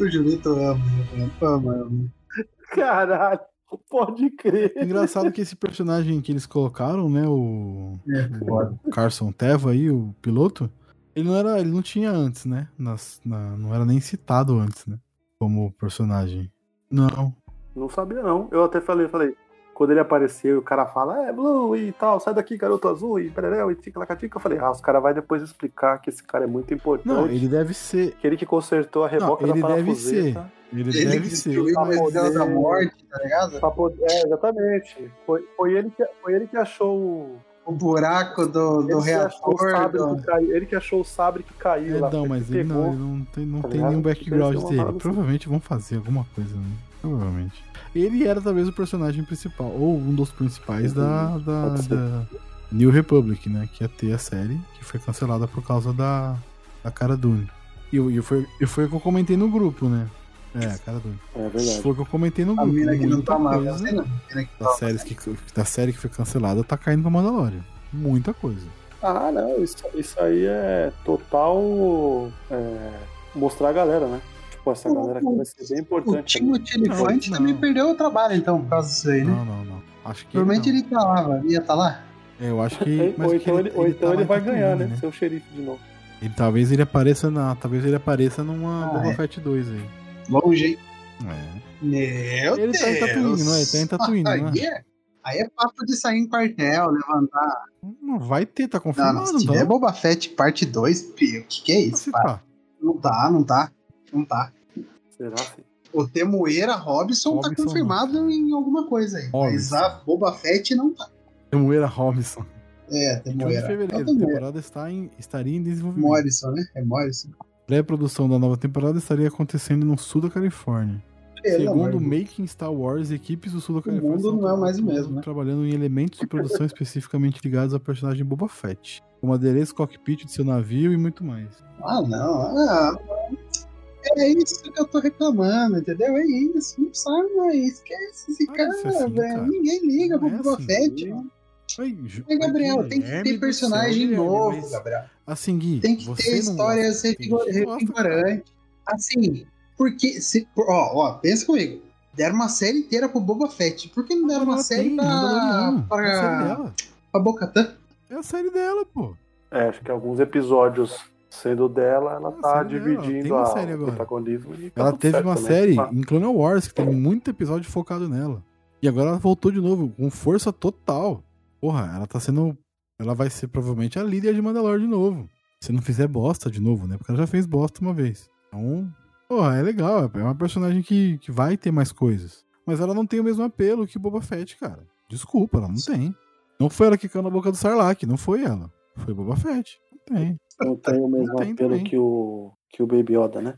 O Julito ama, né? ama, ama. Caralho, pode crer. Engraçado que esse personagem que eles colocaram, né? O, É, foda. o Carson Teva aí, o piloto, ele não era, ele não tinha antes, né? Nas- na- não era nem citado antes, né? Como personagem. Não. Não sabia, não. Eu até falei, falei. Quando ele apareceu e o cara fala, é, Blue e tal, sai daqui, garoto azul, e pereréu, e tica-lacatica. Eu falei, ah, os caras vão depois explicar que esse cara é muito importante. Não, ele deve ser. Que ele que consertou a reboca ele da deve parafuseta. Ele, Ele deve que ser. destruiu o Pra Estrela da poder- Morte, tá ligado? Pra poder- É, exatamente. Foi, foi, ele que, foi ele que achou o. O buraco do, do ele, que achou o reator. sabre do- que caiu, ele que achou o sabre que caiu É, lá. não, foi mas que ele não, pegou. ele não tem, não tá tem ligado? nenhum Deve ser uma background dele. parada assim. Provavelmente vão fazer alguma coisa, né? Provavelmente. Ele era talvez o personagem principal, ou um dos principais da, da, Uhum. pode ser. da New Republic, né? Que ia ter a série, que foi cancelada por causa da, da Cara Dune. E, eu- e eu foi, e foi o que eu comentei no grupo, né? É, a Cara Dune. É verdade. Foi o que eu comentei no A grupo. mina que não tá Muita tomava coisa né? vacina. A mina que da, toma. séries que, da série que foi cancelada tá caindo pra Mandalorian. Muita coisa. Ah, não, isso, isso aí é total. é, mostrar a galera, né? Tipo, essa O- galera que vai ser bem O importante. né? Timothy Elefante Não, também não. perdeu o trabalho, então, por causa disso aí, Uhum. né? Não, não, não. Acho que. Provavelmente Ah, não. ele tá lá, velho. ia tá lá. É, eu acho que. Ou então ele, ou então tá ele lá vai em Tatooine, ganhar, né? Ser o xerife de novo. Ele, talvez ele apareça na. Talvez ele apareça numa Ah, Boba é. Fett 2 aí. Longe, hein? É. Meu Ele Deus! tá em Tatooine, não é? Ele tá em Tatooine, Ah, não é? aí, é? aí é papo de sair em quartel, levantar. Não vai ter, tá Não, é confirmado, não, não. se tiver Boba Fett parte 2, pio, que que é isso, Você pá? tá. Não tá, não tá, não tá. Será assim? O Temoeira Robson, tá Robson confirmado não. em alguma coisa aí. Mas Robson. a Boba Fett não tá. Temoeira Robinson. É, 1 de Temoeira. É o Tá fevereiro. A Temoeira. temporada está em, estaria em desenvolvimento. Morrison, né? É Morrison. A Pré-produção da nova temporada estaria acontecendo no sul da Califórnia. Pelo amor Segundo de o Deus. Making Star Wars, equipes do sul da Califórnia. mundo estão não é mais o trabalhando- mesmo, né? Trabalhando em elementos de produção especificamente ligados ao personagem Boba Fett. Como adereço, cockpit de seu navio e muito mais. Ah, não. Ah, é isso que eu tô reclamando, entendeu? É isso. Não sabe, não. Esquece esse Ah, cara, isso é assim, velho. cara. Ninguém liga pro Não é Boba assim, Fett. não. mano. Oi, Ei, Gabriel, tem que Guilherme ter do personagem céu, Guilherme, novo, mas, Gabriel. Assim, Gui, Tem que você ter não histórias gosta, tem gente que gosta, cara. revigorantes. Assim, porque. Se, ó, ó, pensa comigo. Deram uma série inteira pro Boba Fett. Por que não deram Ela uma Ah, tem, série pra, Mandalorian, É a série pra, dela. pra Bocatã? É a série dela, pô. É, acho que alguns episódios sendo dela, ela Ah, tá série dela, tem dividindo uma a, série o agora. protagonismo. e tá Ela tudo teve certo uma também. série Ah, em Clone Wars que teve muito episódio focado nela. E agora ela voltou de novo, com força total. Porra, ela tá sendo. Ela vai ser provavelmente a líder de Mandalore de novo. Se não fizer bosta de novo, né? Porque ela já fez bosta uma vez. Então, porra, é legal. É uma personagem que, que vai ter mais coisas. Mas ela não tem o mesmo apelo que Boba Fett, cara. Desculpa, ela não tem. Não foi ela que caiu na boca do Sarlacc, não foi ela. Foi Boba Fett. Não tem. não tem o mesmo Tem apelo também. que o, que o Baby Yoda, né?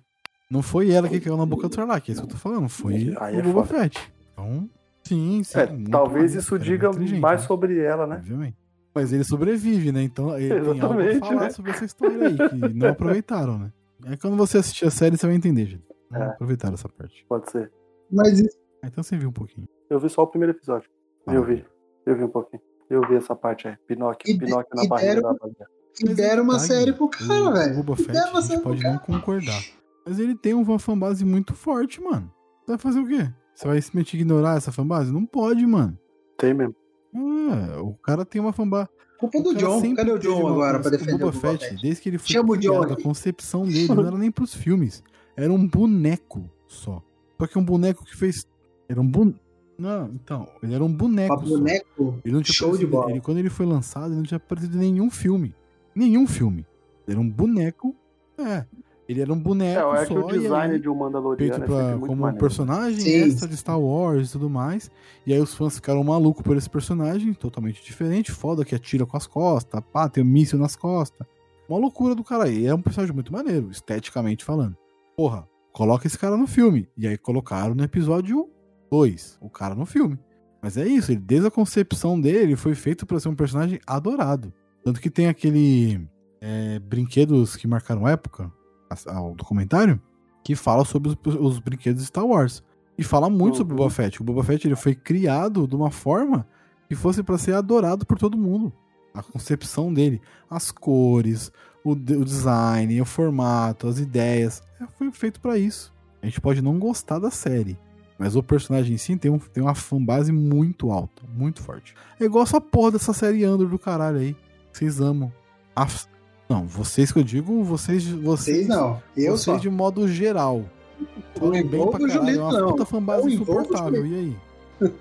Não foi ela que caiu na boca do Sarlacc, é isso que eu tô falando. Foi Então, Aí é o Boba foda. Fett. Então, sim, sim. É, muito talvez mais, isso cara, diga muito inteligente, mais né? sobre ela, né? Obviamente. Mas ele sobrevive, né? Então ele tem algo Exatamente, a falar né? sobre essa história aí, que não aproveitaram, né? É quando você assistir a série, você vai entender, gente. Não É. aproveitaram essa parte. Pode ser. Mas Ah, Então você viu um pouquinho. Eu vi só o primeiro episódio. Ah, eu vi. Eu vi um pouquinho. Eu vi essa parte aí. Pinóquio, E de- Pinóquio na e barriga deram- da Bahia. E deram uma série pro cara, velho. Tá Boba E Fett, deram a uma gente série pro pode não cara. concordar. Mas ele tem uma fanbase muito forte, mano. Você vai fazer o quê? Você vai simplesmente ignorar essa fanbase? Não pode, mano. Tem mesmo. Ah, o cara tem uma fanbase. Culpa É do cara John. sempre Cadê o teve John uma agora coisa pra com defender Boba Fett? Desde que ele foi Chama o John criado, a aqui. concepção dele não era nem pros filmes. Era um boneco só. Só que um boneco que fez... Era um boneco... Não, então, ele era um boneco Pra só. boneco? Ele não tinha Show de aparecido- bola. ele- quando ele foi lançado, ele não tinha aparecido em nenhum filme. Nenhum filme. Ele era um boneco. É. Ele era um É, boneco só. é que o e design aí, de um Mandaloriano feito é pra- sempre muito como um maneiro. personagem Sim. extra de Star Wars e tudo mais. E aí os fãs ficaram malucos por esse personagem, totalmente diferente. Foda que atira com as costas, pá, tem um míssil nas costas. Uma loucura do cara. E é um personagem muito maneiro, esteticamente falando. Porra, coloca esse cara no filme. E aí colocaram no episódio 2, o cara no filme. Mas é isso, ele, desde a concepção dele, foi feito pra ser um personagem adorado. Tanto que tem aquele é, brinquedos que marcaram época, as- ah, o documentário, que fala sobre os, os brinquedos Star Wars. E fala muito sobre o Boba Fett. O Boba Fett ele foi criado de uma forma que fosse pra ser adorado por todo mundo. A concepção dele, as cores, o, de- o design, o formato, as ideias, é, foi feito pra isso. A gente pode não gostar da série, mas o personagem em si tem, um, tem uma fanbase muito alta, muito forte. É igual essa porra dessa série Andor do caralho aí. que Vocês amam. A f- não, vocês que eu digo, vocês. Vocês, Vocês não. Eu vocês só. de modo geral. Não Falam bem envolva pra o caralho. É Julito, uma não. puta fanbase Não envolva o insuportável. E aí?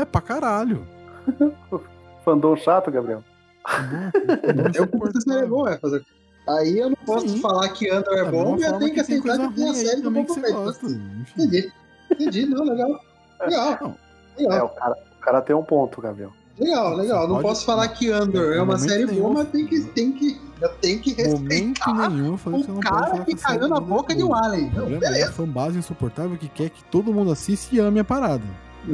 É, pra caralho. Fandom chato, Gabriel. Eu culpo que série é bom, é fazer. Aí eu não posso Sim. falar que Andor é bom, eu tenho que aceitar que tem a série do também que Boba você Fett. gosta. Assim, Enfim. Entendi. Entendi, não, legal. Legal, Não. É, legal, o cara, o cara tem um ponto, Gabriel. legal, legal. Não Pode- posso falar que Andor Em é uma momento série nenhum. boa, mas tem que, tem que, eu tenho que respeitar momento nenhum eu falei que você o não pode falar cara que essa série caiu na do boca de um Deadpool. alien. O Não, problema é beleza. a fanbase insuportável que quer que todo mundo assista e ame a parada.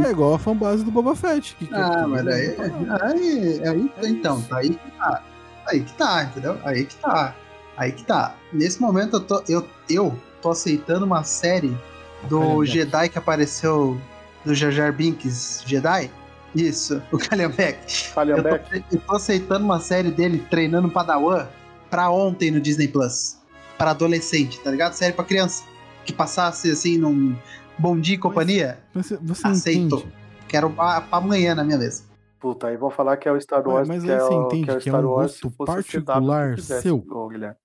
É igual a fanbase do Boba Fett. Que quer que Ah, todo mas mundo daí, ame a parada. aí, aí, É então, isso. tá aí que tá. Aí que tá, entendeu? Aí que tá. Aí que tá. Nesse momento eu tô, eu, eu tô aceitando uma série do Calhambeque. Jedi que apareceu do Jar Jar Binks, Jedi? Isso, o Kalhambeck. Eu, tô- Calhambeck, eu tô aceitando uma série dele treinando Padawan pra ontem no Disney Plus. Pra adolescente, tá ligado? Série pra criança. Que passasse assim num Bom Dia e Companhia. Mas Você, você Aceito. entende. Quero pra, pra amanhã na minha mesa. puta, aí vão falar que é o Star Ué, Wars. mas que aí é você o, entende que é o que é Star um Wars gosto se fosse o CW que particular quisesse, seu? ô, Guilherme.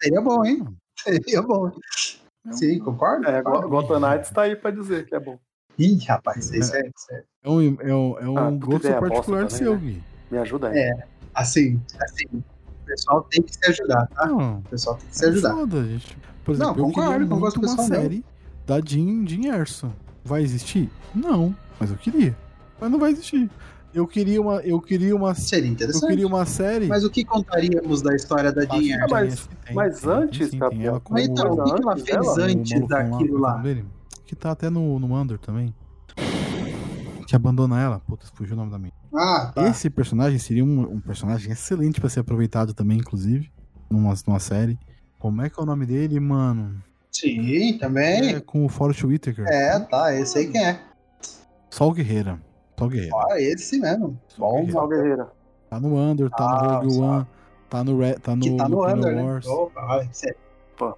Seria bom, hein? Seria bom. É um- Sim, concorda? É, Go- Gotham Knights tá aí pra dizer que é bom. Ih, rapaz, isso é, isso é. É um, é um, é um Ah, puta gosto ideia, bosta particular também, seu, né? Gui. Me ajuda aí. Assim, assim. O pessoal tem que se ajudar, tá? Não, O pessoal tem que se ajudar. Foda, gente. Por Não, exemplo, eu concordo, queria muito concordo com o uma pessoal mesmo. série da Jean, Jean Erso. Vai existir? Não, mas eu queria. Mas não vai existir. Eu queria uma, eu queria uma, Seria eu interessante. queria uma série. Mas o que contaríamos da história da Acho que Dinha? Ah, mas- esse tem, mas tem, tem antes, sim, tem É Gabriel. ela né? Mas então, o que, que ela Antes fez dela, o antes malucão lá, daquilo qual é o lá? nome dele? que tá até no, no Andor também. Que abandona ela. Puta, fugiu o nome da minha. Ah, tá. Esse personagem seria um, um personagem excelente pra ser aproveitado também, inclusive, numa, numa série. Como é que é o nome dele, mano? Sim, É também. com o Forrest Whitaker. É, tá, esse aí quem é. Sol Guerreira. Sol Guerreira. Ó, esse mesmo. Tá Bom, Guerreiro. Sal Guerreira. Tá no Andor, tá Ah, no Rogue só. One, tá no, Re, tá no, que tá no Clone Under, né? Wars. Opa, olha, você, é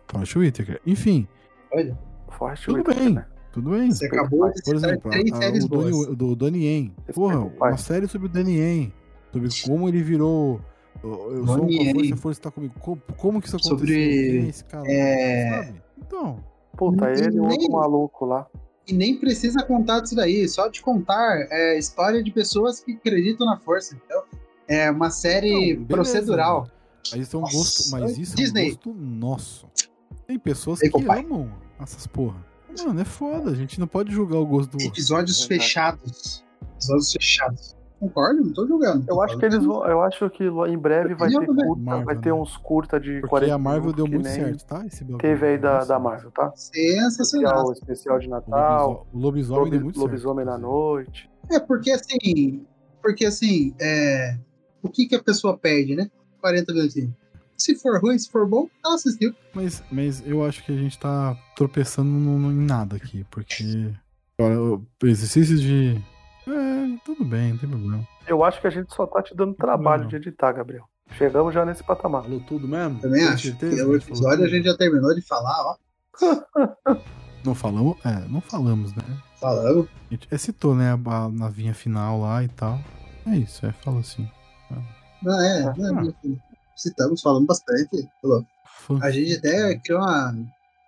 Forrest Whitaker. Enfim, olha, Forte Tudo Whittaker, bem. né? tudo bem. você acabou de Por citar exemplo, a- três a- séries o Donnie- boas. o do Donnie Yen. Porra, Respeito, é um pai. uma série sobre o Donnie Yen. Sobre como ele virou. Eu eu sou Donnie uma força, Yen. a força tá comigo. Como, como que isso aconteceu? Sobre, Quem é esse cara? é, Sabe? Então, Puta, Nem- ele e o outro nem- maluco lá. E nem precisa contar disso daí, só de contar é, história de pessoas que acreditam na força. Então, é uma Não, série beleza. procedural. mas isso é um Nossa, gosto. Mas isso é um Disney. gosto nosso. Tem pessoas Sei, que compadre. amam essas porra. Mano, é foda. A gente não pode julgar o gosto do outro. Episódios Verdade. fechados. Episódios fechados. Concordo, não tô julgando. Eu acho que eles vão. Eu acho que lo- em breve vai ter Marvel, né? curta, vai ter uns curta de Porque 40 a Marvel deu muito minutos, um que nem certo, tá? Esse bagulho. Teve aí da, Nossa, da Marvel, tá? Sensacional. Especial, especial de O Natal, lobisomem, o lobisomem Lobi- deu muito Lobisomem certo. na Noite. É, porque assim. Porque assim, é, o que, que a pessoa perde, né? 40 minutinhos. Se for ruim, se for bom, ela assistiu. Mas, mas eu acho que a gente tá tropeçando no- no- em nada aqui, porque. Olha, o- exercícios de. É, É, tudo bem, não tem problema. Eu acho que a gente só tá te dando trabalho de editar, Gabriel. Chegamos já nesse patamar. Falou tudo mesmo? Também Tem acho. certeza Porque que o a gente falou episódio a tudo? gente já terminou de falar, ó. Não falamos, é, não falamos, né? Falando. A gente é, citou, né, a, a navinha final lá e tal. É isso, é, fala assim. Não, é, Ah. não, enfim, citamos, falamos bastante. Falou. Fã- A gente até Uhum. criou uma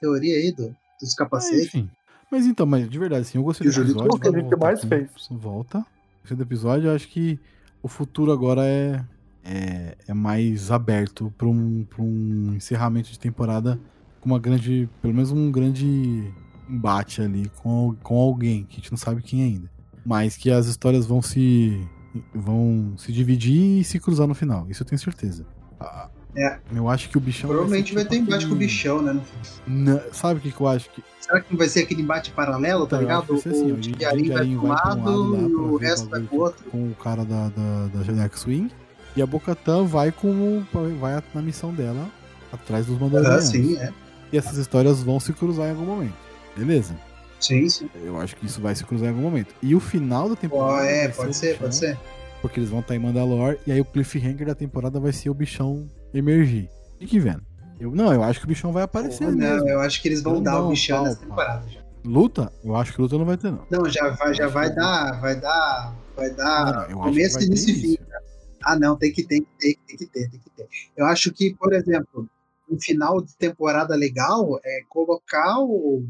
teoria aí do, dos Ah, capacetes. enfim. Mas então, mas de verdade, assim, eu gostei E do o Julito episódio. gostou, vamos o que voltar mais aqui, fez. Volta. Gostei do episódio, eu acho que o futuro agora é, é, é mais aberto para um, pra um encerramento de temporada com uma grande, pelo menos um grande embate ali com, al- com alguém, que a gente não sabe quem ainda. Mas que as histórias vão se vão se dividir e se cruzar no final. Isso eu tenho certeza. Ah, É. Eu acho que o bichão. Provavelmente vai ser ter tipo embate com o aquele- bichão, né? no fim. Na- sabe o que, que eu acho? Que Será que não vai ser aquele embate paralelo, tá Então, eu acho ligado? que vai ser assim, ó, o Diarim vai Jinjarin pra um vai pra um lado lado lá e o pra ver o resto vai bagulho pro outro. com o cara da, da, da Genex Swing. E a Bocatã vai com o- vai na missão dela atrás dos Ah, Mandalorianos. sim, é. E essas histórias vão se cruzar em algum momento. Beleza. Sim, sim. Eu acho que isso vai se cruzar em algum momento. E o final da Ó, temporada. é, vai pode o ser, pode bichão, ser. Porque eles vão estar em Mandalore. E aí o cliffhanger da temporada vai ser o bichão emergir. Fique vendo. Eu, não, eu acho que o bichão vai aparecer Porra, mesmo. Não, eu acho que eles vão Não dar dá o um bichão pau, nessa pá. temporada. já. Luta? Eu acho que luta não vai ter, não. Não, já vai, já vai dar, vai dar, vai dar Não, não, eu acho Ah, começo, que vai ter início e fim. início. Ah, não, tem que ter, tem que ter, tem que ter, tem que ter. Eu acho que, por exemplo, um final de temporada legal é colocar o,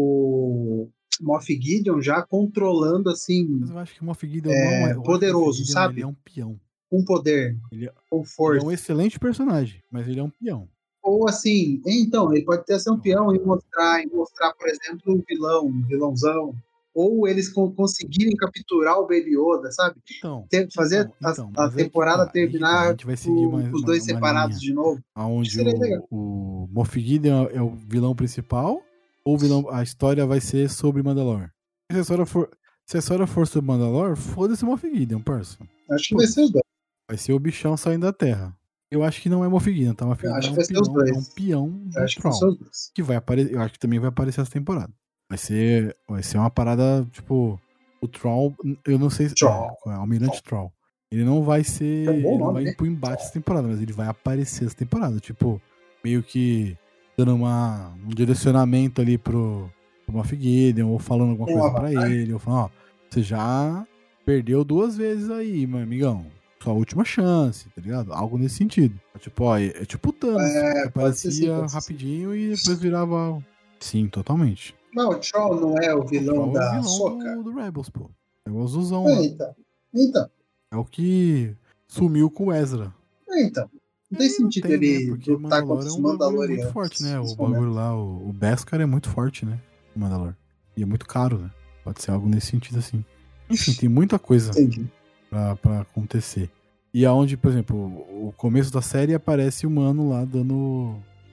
o Moff Gideon já controlando, assim, Mas eu acho que o Moff Gideon É, não é eu acho que o Moff poderoso, Gideon, sabe? Ele é um peão. com poder, Ele é- com Ele força. é um excelente personagem, mas ele é um peão. Ou assim, então, ele pode ter ser um peão e mostrar, e mostrar, por exemplo, um vilão, um vilãozão. Ou eles con- conseguirem capturar o Baby Yoda, sabe? Então, Ter- fazer então, a- então, a, mas aí que tá, temporada aí que tá, terminar a gente vai seguir com uma- os uma- dois uma separados linha, de novo. Onde Seria legal. o, o Moff Gideon é o vilão principal, ou o vilão, a história vai ser sobre Mandalore. Se a história for, se a história for sobre Mandalore, foda-se o Moff Gideon, parça. Acho que vai ser os dois. Vai ser o bichão saindo da terra. Eu acho que não é Moff Gideon, tá? Moff Eu Gideon acho é que um vai ser os peão, dois. é um peão Eu acho do que Thrawn. vai ser os dois. que vai aparecer, eu acho que também vai aparecer essa temporada. Vai ser, vai ser uma parada, tipo, o Troll, eu não sei se Troll. é, o Almirante Troll. Ele não vai ser, É um bom ele não nome, vai né? ir pro embate essa temporada, mas ele vai aparecer essa temporada, tipo, meio que dando uma, um direcionamento ali pro, pro Moff Gideon, ou falando alguma Tem coisa uma pra ele, ou falando, ó, você já perdeu duas vezes aí, meu amigão. Sua última chance, tá ligado? Algo nesse sentido. Tipo, ó, é, é tipo o Thanos. É, que pode ser aparecia sim, pode ser sim. rapidinho e depois virava. Sim, totalmente. Não, o Troll não é o vilão O Troll da é o Soca. vilão do, do Rebels, pô. É o Azuzão É, lá. então. Então, É o que sumiu com o Ezra. é, então. Não tem Aí sentido né? ele Porque lutar Mandalor é contra os um bagulho Mandalorianos. muito forte, né? O nesse momento. bagulho lá, o, o Beskar é muito forte, né? O Mandalor. E é muito caro, né? Pode ser algo nesse sentido, assim. Enfim, tem muita coisa Entendi. pra, pra acontecer. E aonde, por exemplo, o o começo da série aparece o mano lá dando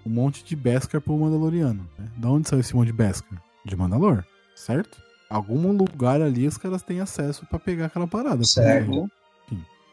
um monte de Beskar pro Mandaloriano. Né? Da onde saiu esse monte de Beskar? De Mandalor, certo? Algum lugar ali os caras têm acesso pra pegar aquela parada. porque Certo.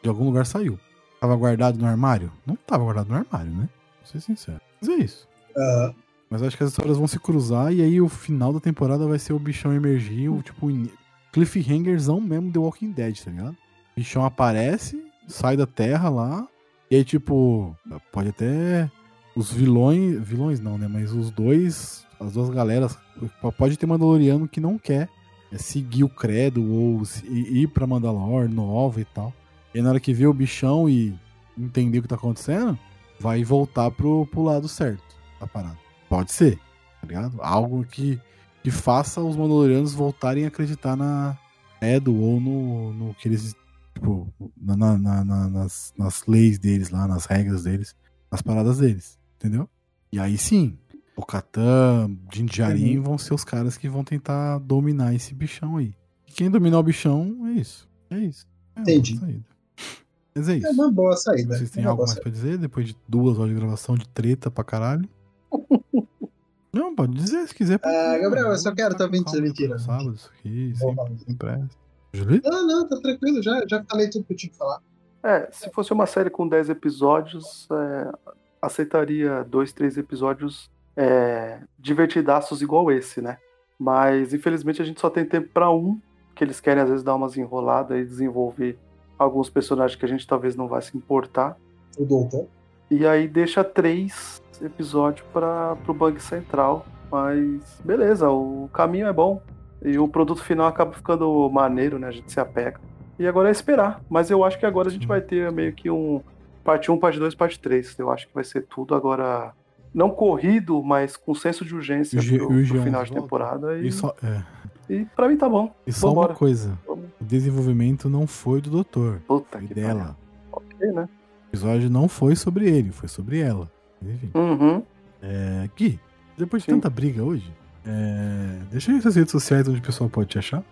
De algum lugar saiu. Tava guardado no armário? Não tava guardado no armário, né? Vou ser sincero. Mas é isso. Aham. Mas acho que as histórias vão se cruzar e aí o final da temporada vai ser o bichão emergir, o tipo in- cliffhangerzão mesmo The Walking Dead, tá ligado? O bichão aparece, sai da terra lá, e aí tipo, pode até os vilões, vilões não, né, mas os dois, as duas galeras, p- pode ter Mandaloriano que não quer é, seguir o credo ou se- i- ir pra Mandalor nova e tal. E na hora que vê o bichão e entender o que tá acontecendo, vai voltar pro, pro lado certo da parada. Pode ser, tá ligado? Algo que, que faça os Mandalorianos voltarem a acreditar na Edo ou no, no que eles. Tipo, na- na- na- na- nas, nas leis deles lá, nas regras deles, nas paradas deles, entendeu? E aí sim, Okatan, Jinjarin vão ser os caras que vão tentar dominar esse bichão aí. E quem dominar o bichão é isso. É isso. É uma Entendi. saída. Mas é isso. É uma boa saída. Vocês têm é uma algo boa mais pra dizer depois de duas horas de gravação de treta pra caralho? Não, pode dizer se quiser. pode Ah, dizer, Gabriel, cara. eu só quero Tá com também calma dizer depois do mentira. Sábado, isso aqui, Boa sem, fala. sem pressa. Julito? Não, não, tá tranquilo, já, já falei tudo que eu tinha que falar. É, se fosse uma série com 10 episódios, é, aceitaria dois, três episódios é, divertidaços igual esse, né? Mas infelizmente a gente só tem tempo pra um que eles querem às vezes dar umas enroladas e desenvolver alguns personagens que a gente talvez não vá se importar. O Doutor. E aí deixa três episódios para pro bug central. Mas beleza, o caminho é bom. E o produto final acaba ficando maneiro, né? A gente se apega. E agora é esperar. Mas eu acho que agora a gente vai ter meio que um parte 1, parte 2, parte 3. Eu acho que vai ser tudo agora. Não corrido, mas com senso de urgência O G- pro, o pro G11 final de volta. temporada. E, E só, é. e pra mim tá bom. e só uma Vambora. coisa: Vamos. o desenvolvimento não foi do doutor, Tá Puta foi que dela. pariu, né? O episódio não foi sobre ele, foi sobre ela. Enfim. Uhum. É, Gui, depois de Sim. tanta briga hoje, é, deixa aí suas redes sociais onde o pessoal pode te achar.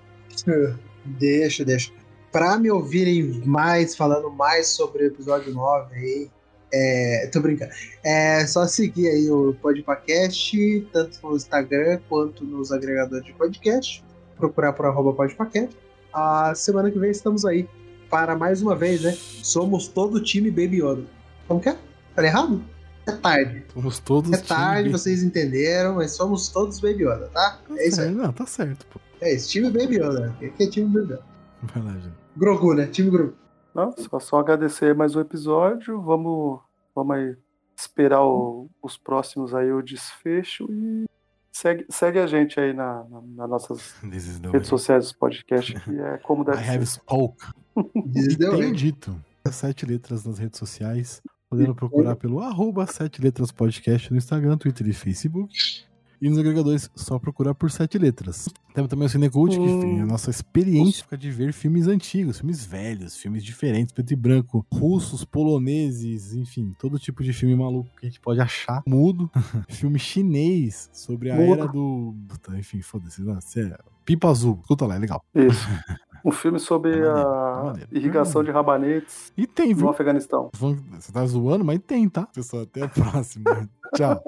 Deixa, deixa. Pra me ouvirem mais, falando mais sobre o episódio 9 aí, é, tô brincando. É só seguir aí o Podpacast, tanto no Instagram quanto nos agregadores de podcast. Procurar por arroba Podpacast. A semana que vem estamos aí. Para mais uma vez, né? Somos todo o time Baby Yoda. Como que é? Falei errado? É tarde. Somos todos. É tarde, time- vocês entenderam, mas somos todos Baby Yoda, tá? Tá É isso aí. certo, Não, tá certo, pô. É isso, time Baby Yoda. Aqui é time Baby Yoda. Vai lá, gente. Grogu, né? Time Grogu. Não, só, só agradecer mais um episódio. Vamos, vamos aí esperar o- os próximos aí, o desfecho. E segue, segue a gente aí na- na- nas nossas This is the redes way. sociais dos podcast, que é como I deve have ser. spoke. E Entendeu? tenho dito. Sete letras nas redes sociais. Podendo procurar pelo arroba Sete Letras Podcast no Instagram, Twitter e Facebook. E nos agregadores, só procurar por Sete Letras. Temos também o Cinecult, que Hum. tem a nossa experiência de ver filmes antigos, filmes velhos, filmes diferentes, preto e branco, russos, poloneses, enfim, todo tipo de filme maluco que a gente pode achar. Mudo. filme chinês sobre a Mudo. era do... Puta, Enfim, foda-se. não, sério. Pipa Azul. Escuta lá, é legal. Isso. Um filme sobre Tá maneiro, a tá maneiro. irrigação de rabanetes E tem, viu? no Afeganistão. Tô falando que Você tá zoando, mas tem, tá? Pessoal, até a próxima. Tchau.